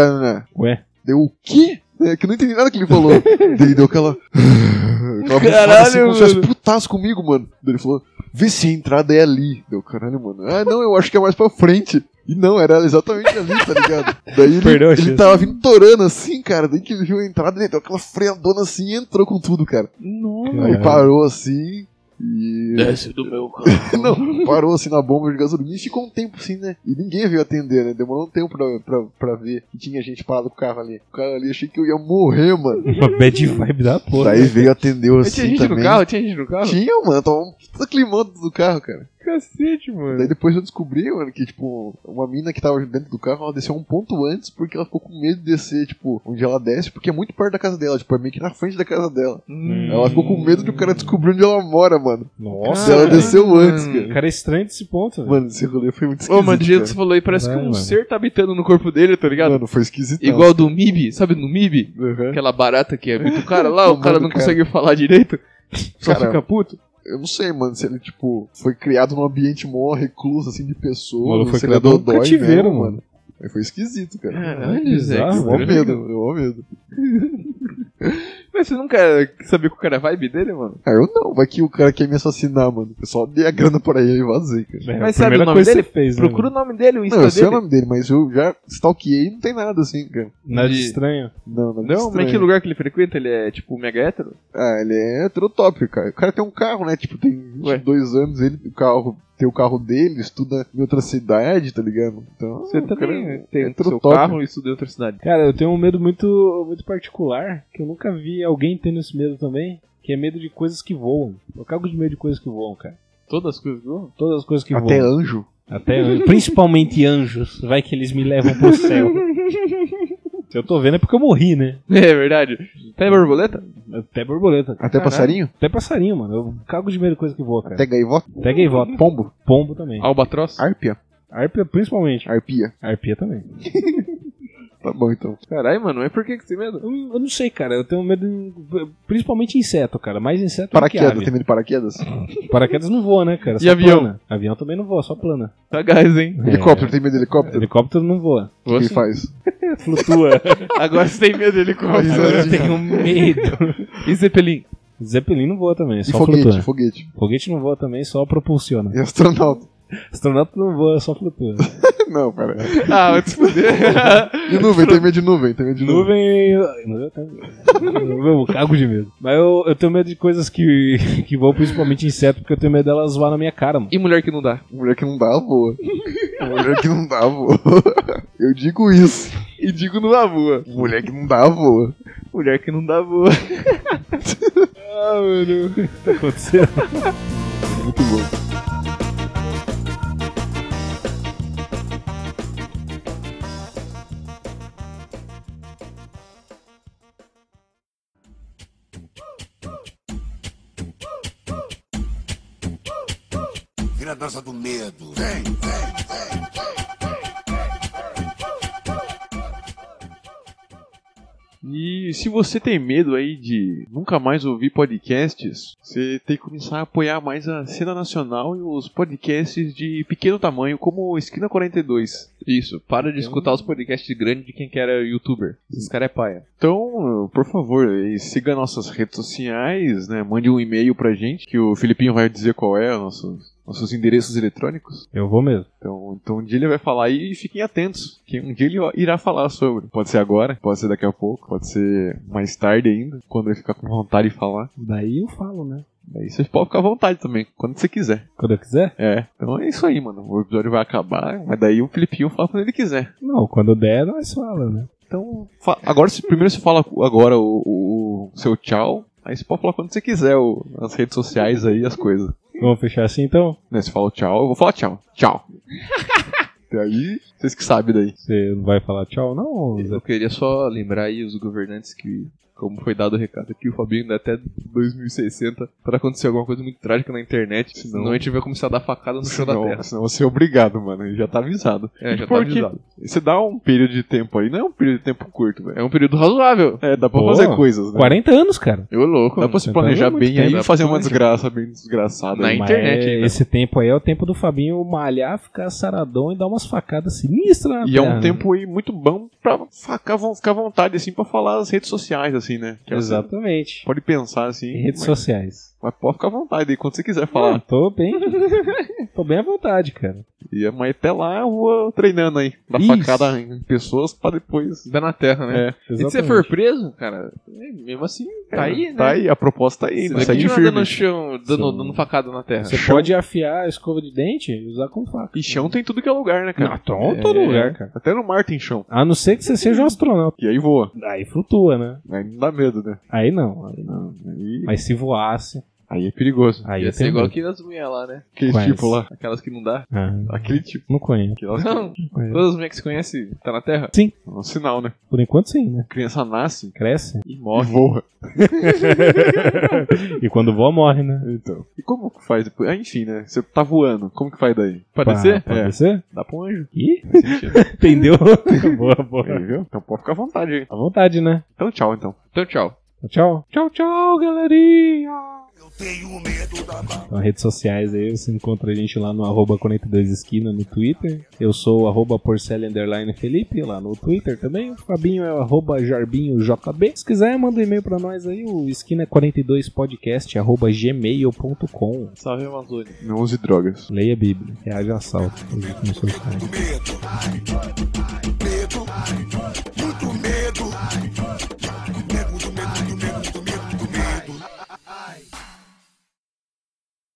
[SPEAKER 6] Ué.
[SPEAKER 5] Deu o quê? É, que eu não entendi nada que ele falou. Daí ele deu aquela. aquela bufada, assim,
[SPEAKER 2] Caralho,
[SPEAKER 5] como se fosse
[SPEAKER 2] mano.
[SPEAKER 5] putaço comigo, mano. Daí ele falou: vê se a entrada é ali. Deu, caralho, mano. Ah, não, eu acho que é mais pra frente. E não, era exatamente ali, tá ligado? Daí ele,
[SPEAKER 6] Perdeu a
[SPEAKER 5] ele
[SPEAKER 6] chance.
[SPEAKER 5] tava vindo torando assim, cara. Daí que ele viu a entrada, ele deu aquela freadona assim e entrou com tudo, cara.
[SPEAKER 2] É.
[SPEAKER 5] Aí
[SPEAKER 6] Caralho.
[SPEAKER 5] parou assim. E.
[SPEAKER 2] Desce do meu carro.
[SPEAKER 5] Não, parou assim na bomba de gasolina e ficou um tempo assim, né? E ninguém veio atender, né? Demorou um tempo pra, pra, pra ver que tinha gente parado com o carro ali. O cara ali achei que eu ia morrer, mano.
[SPEAKER 6] Uma bad vibe da porra.
[SPEAKER 5] Daí veio atendeu assim
[SPEAKER 2] Tinha gente
[SPEAKER 5] também.
[SPEAKER 2] no carro? Tinha gente no carro?
[SPEAKER 5] Tinha, mano. Tava um puta climão do carro, cara.
[SPEAKER 2] Cacete, mano.
[SPEAKER 5] Daí depois eu descobri, mano, que, tipo, uma mina que tava dentro do carro, ela desceu um ponto antes porque ela ficou com medo de descer, tipo, onde ela desce, porque é muito perto da casa dela, tipo, é meio que na frente da casa dela.
[SPEAKER 2] Hum.
[SPEAKER 5] Ela ficou com medo de o cara descobrir onde ela mora, mano.
[SPEAKER 6] Nossa,
[SPEAKER 5] ela
[SPEAKER 6] cara.
[SPEAKER 5] desceu antes,
[SPEAKER 2] Hum.
[SPEAKER 5] cara.
[SPEAKER 6] O cara é estranho desse ponto. velho.
[SPEAKER 5] Mano, esse rolê foi muito
[SPEAKER 2] Ô,
[SPEAKER 5] esquisito.
[SPEAKER 2] mano, o jeito que você
[SPEAKER 5] cara.
[SPEAKER 2] falou aí, parece
[SPEAKER 6] Vai,
[SPEAKER 2] que um
[SPEAKER 6] mano.
[SPEAKER 2] ser tá habitando no corpo dele, tá ligado?
[SPEAKER 5] Mano, foi esquisito.
[SPEAKER 2] Igual do Mib, sabe no Mib?
[SPEAKER 5] Uhum.
[SPEAKER 2] Aquela barata que habita o cara lá,
[SPEAKER 5] O
[SPEAKER 2] o cara
[SPEAKER 5] mundo,
[SPEAKER 2] não
[SPEAKER 5] cara.
[SPEAKER 2] consegue falar direito, só
[SPEAKER 5] Cara,
[SPEAKER 2] fica puto.
[SPEAKER 5] Eu não sei, mano, se ele, tipo, foi criado num ambiente mó recluso, assim, de pessoas.
[SPEAKER 6] Mano,
[SPEAKER 5] não
[SPEAKER 6] foi
[SPEAKER 5] sei, ele é
[SPEAKER 6] criado num
[SPEAKER 5] dodói
[SPEAKER 6] cativeiro,
[SPEAKER 5] mesmo,
[SPEAKER 6] mano.
[SPEAKER 5] Mas Foi esquisito, cara.
[SPEAKER 2] Caralho, Zé,
[SPEAKER 6] bizarro,
[SPEAKER 2] que
[SPEAKER 5] É, Eu amo
[SPEAKER 2] estranho.
[SPEAKER 5] medo, eu amo medo.
[SPEAKER 2] Mas você nunca quis saber qual que era a vibe dele, mano?
[SPEAKER 5] Ah, eu não, vai que o cara quer me assassinar, mano. Eu só dei a grana pra ele e vazei, cara.
[SPEAKER 6] É,
[SPEAKER 2] Mas
[SPEAKER 6] a
[SPEAKER 2] sabe
[SPEAKER 6] primeira
[SPEAKER 2] o nome
[SPEAKER 6] coisa que
[SPEAKER 2] dele?
[SPEAKER 6] você fez, né,
[SPEAKER 2] Procura o nome dele, o Insta
[SPEAKER 5] Não, eu sei o
[SPEAKER 2] tá dele.
[SPEAKER 5] nome dele, mas eu já stalkeei e não tem nada assim, cara.
[SPEAKER 6] mano? Nada de
[SPEAKER 2] de-
[SPEAKER 6] estranho.
[SPEAKER 5] Não, nada
[SPEAKER 2] Não, mas é
[SPEAKER 5] estranho.
[SPEAKER 2] que lugar que ele frequenta? Ele é tipo mega hétero?
[SPEAKER 5] Ah, ele é heterotópico, cara. O cara tem um carro, né? Tipo, tem
[SPEAKER 2] Ué.
[SPEAKER 5] 22 anos, ele o carro, tem o carro dele, estuda em outra cidade, tá ligado? Então,
[SPEAKER 2] Você
[SPEAKER 5] o cara
[SPEAKER 2] também
[SPEAKER 5] é
[SPEAKER 2] tem o seu
[SPEAKER 5] heterotópico.
[SPEAKER 2] carro e estuda em outra cidade.
[SPEAKER 6] Cara, eu tenho um medo muito, muito particular, que eu nunca vi alguém tendo esse medo também, que é medo de coisas que voam. Eu cago de medo de coisas que voam, cara.
[SPEAKER 2] Todas as coisas que eu-
[SPEAKER 6] Todas as coisas que
[SPEAKER 5] Até
[SPEAKER 6] voam.
[SPEAKER 5] anjo.
[SPEAKER 6] Até anjos. Principalmente anjos. Vai que eles me levam pro céu. Se eu tô vendo é porque eu morri, né?
[SPEAKER 2] É verdade. Tem borboleta?
[SPEAKER 6] Até borboleta.
[SPEAKER 5] Até passarinho?
[SPEAKER 6] Até passarinho, mano. Eu cago de medo de coisa que voa, cara.
[SPEAKER 5] Até gaivota?
[SPEAKER 6] Até gaivota.
[SPEAKER 5] Pombo?
[SPEAKER 6] Pombo também.
[SPEAKER 2] Albatroz?
[SPEAKER 5] Árpia?
[SPEAKER 6] Arpia principalmente.
[SPEAKER 5] Arpia.
[SPEAKER 6] Arpia também.
[SPEAKER 5] Tá bom, então.
[SPEAKER 2] Caralho, mano, mas por que que você tem medo?
[SPEAKER 6] Eu, eu não sei, cara. Eu tenho medo, em- principalmente inseto, cara. Mais inseto do que
[SPEAKER 5] Paraquedas,
[SPEAKER 6] ave.
[SPEAKER 5] tem medo de paraquedas?
[SPEAKER 6] Paraquedas não voa, né, cara?
[SPEAKER 2] E avião?
[SPEAKER 6] plana. Avião também não voa, só plana. É,
[SPEAKER 2] Tá gás, hein?
[SPEAKER 5] Helicóptero, tem medo de helicóptero?
[SPEAKER 6] Helicóptero não voa.
[SPEAKER 5] O que
[SPEAKER 2] Você-
[SPEAKER 5] ele faz?
[SPEAKER 6] Flutua.
[SPEAKER 2] Agora você tem medo de
[SPEAKER 6] Agora eu
[SPEAKER 2] helicóptero.
[SPEAKER 6] tenho medo.
[SPEAKER 2] E Zeppelin?
[SPEAKER 6] Zeppelin não voa também,
[SPEAKER 5] E
[SPEAKER 6] só
[SPEAKER 5] foguete,
[SPEAKER 6] flutua.
[SPEAKER 5] foguete.
[SPEAKER 6] Foguete não voa também, só propulsiona.
[SPEAKER 5] E astronauta?
[SPEAKER 6] Astronauta não voa, só flutua.
[SPEAKER 5] Não, pera.
[SPEAKER 2] Ah, vai te fuder.
[SPEAKER 5] E nuvem, tem medo de nuvem, tem medo de nuvem.
[SPEAKER 6] Nuvem. Nuvem eu tenho. Eu cago de medo. Mas eu, eu tenho medo de coisas que, que voam, principalmente inseto, porque eu tenho medo delas voar na minha cara, mano.
[SPEAKER 2] E mulher que não dá?
[SPEAKER 5] Mulher que não dá, voa. Mulher que não dá, voa. Eu digo isso.
[SPEAKER 2] E digo não dá voa.
[SPEAKER 5] Mulher que não dá, voa.
[SPEAKER 2] Mulher que não dá voa. ah, mano.
[SPEAKER 6] O que tá acontecendo?
[SPEAKER 5] Muito bom.
[SPEAKER 3] Vira a dança do medo. Vem, vem, vem.
[SPEAKER 2] E se você tem medo aí de nunca mais ouvir podcasts, você tem que começar a apoiar mais a cena nacional e os podcasts de pequeno tamanho, como o Esquina 42. Isso, para de escutar os podcasts grandes de quem quer é youtuber. Esse cara é paia. Então, por favor, e siga nossas redes sociais, né? Mande um e-mail pra gente, que o Filipinho vai dizer qual é, nossos, nossos endereços eletrônicos.
[SPEAKER 6] Eu vou mesmo.
[SPEAKER 2] Então, então um dia ele vai falar aí e fiquem atentos, que um dia ele irá falar sobre. Pode ser agora, pode ser daqui a pouco, pode ser mais tarde ainda, quando ele ficar com vontade de falar.
[SPEAKER 6] Daí eu falo, né?
[SPEAKER 2] Daí você pode ficar à vontade também, quando você quiser.
[SPEAKER 6] Quando eu quiser?
[SPEAKER 2] É, então é isso aí, mano. O episódio vai acabar, mas daí o Filipinho fala quando ele quiser.
[SPEAKER 6] Não, quando der, nós fala, né?
[SPEAKER 2] Então, fa- agora, se- primeiro você fala agora o, o- o seu tchau, aí você pode falar quando você quiser, o- as redes sociais aí, as coisas.
[SPEAKER 6] Vamos fechar assim então?
[SPEAKER 2] Né, Você fala o tchau, eu vou falar tchau. Tchau.
[SPEAKER 5] Até aí.
[SPEAKER 2] Vocês que sabem daí.
[SPEAKER 6] Você não vai falar tchau, não, Zé?
[SPEAKER 2] Eu queria só lembrar aí os governantes que, como foi dado o recado, que o Fabinho ainda até 2060 para acontecer alguma coisa muito trágica na internet, senão,
[SPEAKER 5] Senão
[SPEAKER 2] a gente vai começar a dar facada no chão da terra.
[SPEAKER 5] Senão, senão você é obrigado, mano. Ele já tá avisado.
[SPEAKER 2] É, já tá
[SPEAKER 5] Porque
[SPEAKER 2] avisado.
[SPEAKER 5] Você dá um período de tempo aí, não é um período de tempo curto, velho.
[SPEAKER 2] É um período razoável.
[SPEAKER 5] É, dá pra
[SPEAKER 6] Pô,
[SPEAKER 5] fazer coisas, né?
[SPEAKER 6] 40 anos, cara.
[SPEAKER 2] Eu louco.
[SPEAKER 5] Dá
[SPEAKER 2] mano.
[SPEAKER 5] pra se
[SPEAKER 6] Então,
[SPEAKER 5] planejar
[SPEAKER 6] é muito
[SPEAKER 5] bem
[SPEAKER 6] tempo.
[SPEAKER 5] aí e fazer uma
[SPEAKER 2] Planejar.
[SPEAKER 5] desgraça bem desgraçada.
[SPEAKER 2] Na
[SPEAKER 5] aí.
[SPEAKER 6] Mas
[SPEAKER 2] internet ainda.
[SPEAKER 6] esse tempo aí é o tempo do Fabinho malhar, ficar saradão e dar umas facadas sinistras na
[SPEAKER 5] E é
[SPEAKER 6] terra,
[SPEAKER 5] um
[SPEAKER 6] né?
[SPEAKER 5] tempo aí muito bom pra ficar, ficar à vontade, assim, pra falar as redes sociais, assim, né? Que você
[SPEAKER 6] Exatamente.
[SPEAKER 5] Pode pensar, assim,
[SPEAKER 6] Em redes
[SPEAKER 5] mas,
[SPEAKER 6] sociais.
[SPEAKER 5] mas pode ficar à vontade aí, quando você quiser falar.
[SPEAKER 6] Ah, tô bem. tô bem à vontade, cara.
[SPEAKER 5] E, é, mas até lá eu vou treinando aí. Dá
[SPEAKER 6] Isso.
[SPEAKER 5] facada em pessoas pra depois...
[SPEAKER 2] Dá na terra, né?
[SPEAKER 5] É,
[SPEAKER 2] e se você
[SPEAKER 6] Exatamente.
[SPEAKER 2] for preso, cara, é, mesmo assim, tá aí, né?
[SPEAKER 5] Tá aí, a proposta tá aí.
[SPEAKER 2] Você
[SPEAKER 5] mas
[SPEAKER 2] vai
[SPEAKER 5] segue
[SPEAKER 2] continuar
[SPEAKER 5] firme.
[SPEAKER 2] dando chão, dando,
[SPEAKER 6] Sim.
[SPEAKER 2] dando facada na terra.
[SPEAKER 6] Você pode afiar a escova de dente e usar como faca.
[SPEAKER 5] E chão tem tudo que é lugar, né, cara?
[SPEAKER 6] Não, em todo
[SPEAKER 5] É,
[SPEAKER 6] lugar, cara.
[SPEAKER 5] Até no mar tem chão.
[SPEAKER 6] A não ser que você seja um astronauta.
[SPEAKER 5] E aí voa.
[SPEAKER 6] Aí flutua, né?
[SPEAKER 5] Aí não dá medo, né?
[SPEAKER 6] Aí não, aí não.
[SPEAKER 5] Aí...
[SPEAKER 6] Mas se voasse.
[SPEAKER 5] Aí é perigoso.
[SPEAKER 6] Aí
[SPEAKER 2] Ia
[SPEAKER 6] eu tenho
[SPEAKER 2] ser igual
[SPEAKER 6] medo.
[SPEAKER 2] aqui nas mulheres lá, né?
[SPEAKER 5] Aquele
[SPEAKER 6] Quais?
[SPEAKER 5] tipo lá.
[SPEAKER 2] Aquelas que não dá.
[SPEAKER 6] Ah,
[SPEAKER 5] Aquele tipo.
[SPEAKER 6] não conheço.
[SPEAKER 5] Aquelas que-
[SPEAKER 2] Não, todas as mulheres que se conhecem tá na Terra.
[SPEAKER 5] é um sinal, né?
[SPEAKER 6] Por enquanto sim, né?
[SPEAKER 5] A criança nasce
[SPEAKER 6] Cresce.
[SPEAKER 5] e morre. E voa.
[SPEAKER 6] E quando voa, morre, né?
[SPEAKER 5] Então. E como que faz depois? Ah, enfim, né? Você tá voando. Como que faz daí?
[SPEAKER 6] Pra-
[SPEAKER 5] descer?
[SPEAKER 6] Pra
[SPEAKER 5] É.
[SPEAKER 6] descer?
[SPEAKER 5] Dá pra um anjo.
[SPEAKER 6] Ih, pendeu. boa,
[SPEAKER 2] tá,
[SPEAKER 6] boa.
[SPEAKER 5] Aí, viu? Então pode ficar à vontade aí.
[SPEAKER 6] À vontade, né?
[SPEAKER 5] Então tchau, então.
[SPEAKER 2] Então, tchau.
[SPEAKER 6] Tchau.
[SPEAKER 1] Tchau, tchau, galerinha.
[SPEAKER 3] Eu tenho medo da barra.
[SPEAKER 6] Então, redes sociais aí, você encontra a gente lá no arroba 42 esquina no Twitter. Eu sou o arroba porcela underline Felipe lá no Twitter também. O Fabinho é o arroba jarbinhojb. Se quiser, manda um e-mail pra nós aí, o é esquina42podcast arroba gmail.com.
[SPEAKER 2] Salve, Amazônia.
[SPEAKER 5] Não use drogas.
[SPEAKER 6] Leia a Bíblia, reage ao assalto. Os últimos seus pais.
[SPEAKER 3] Medo. Medo.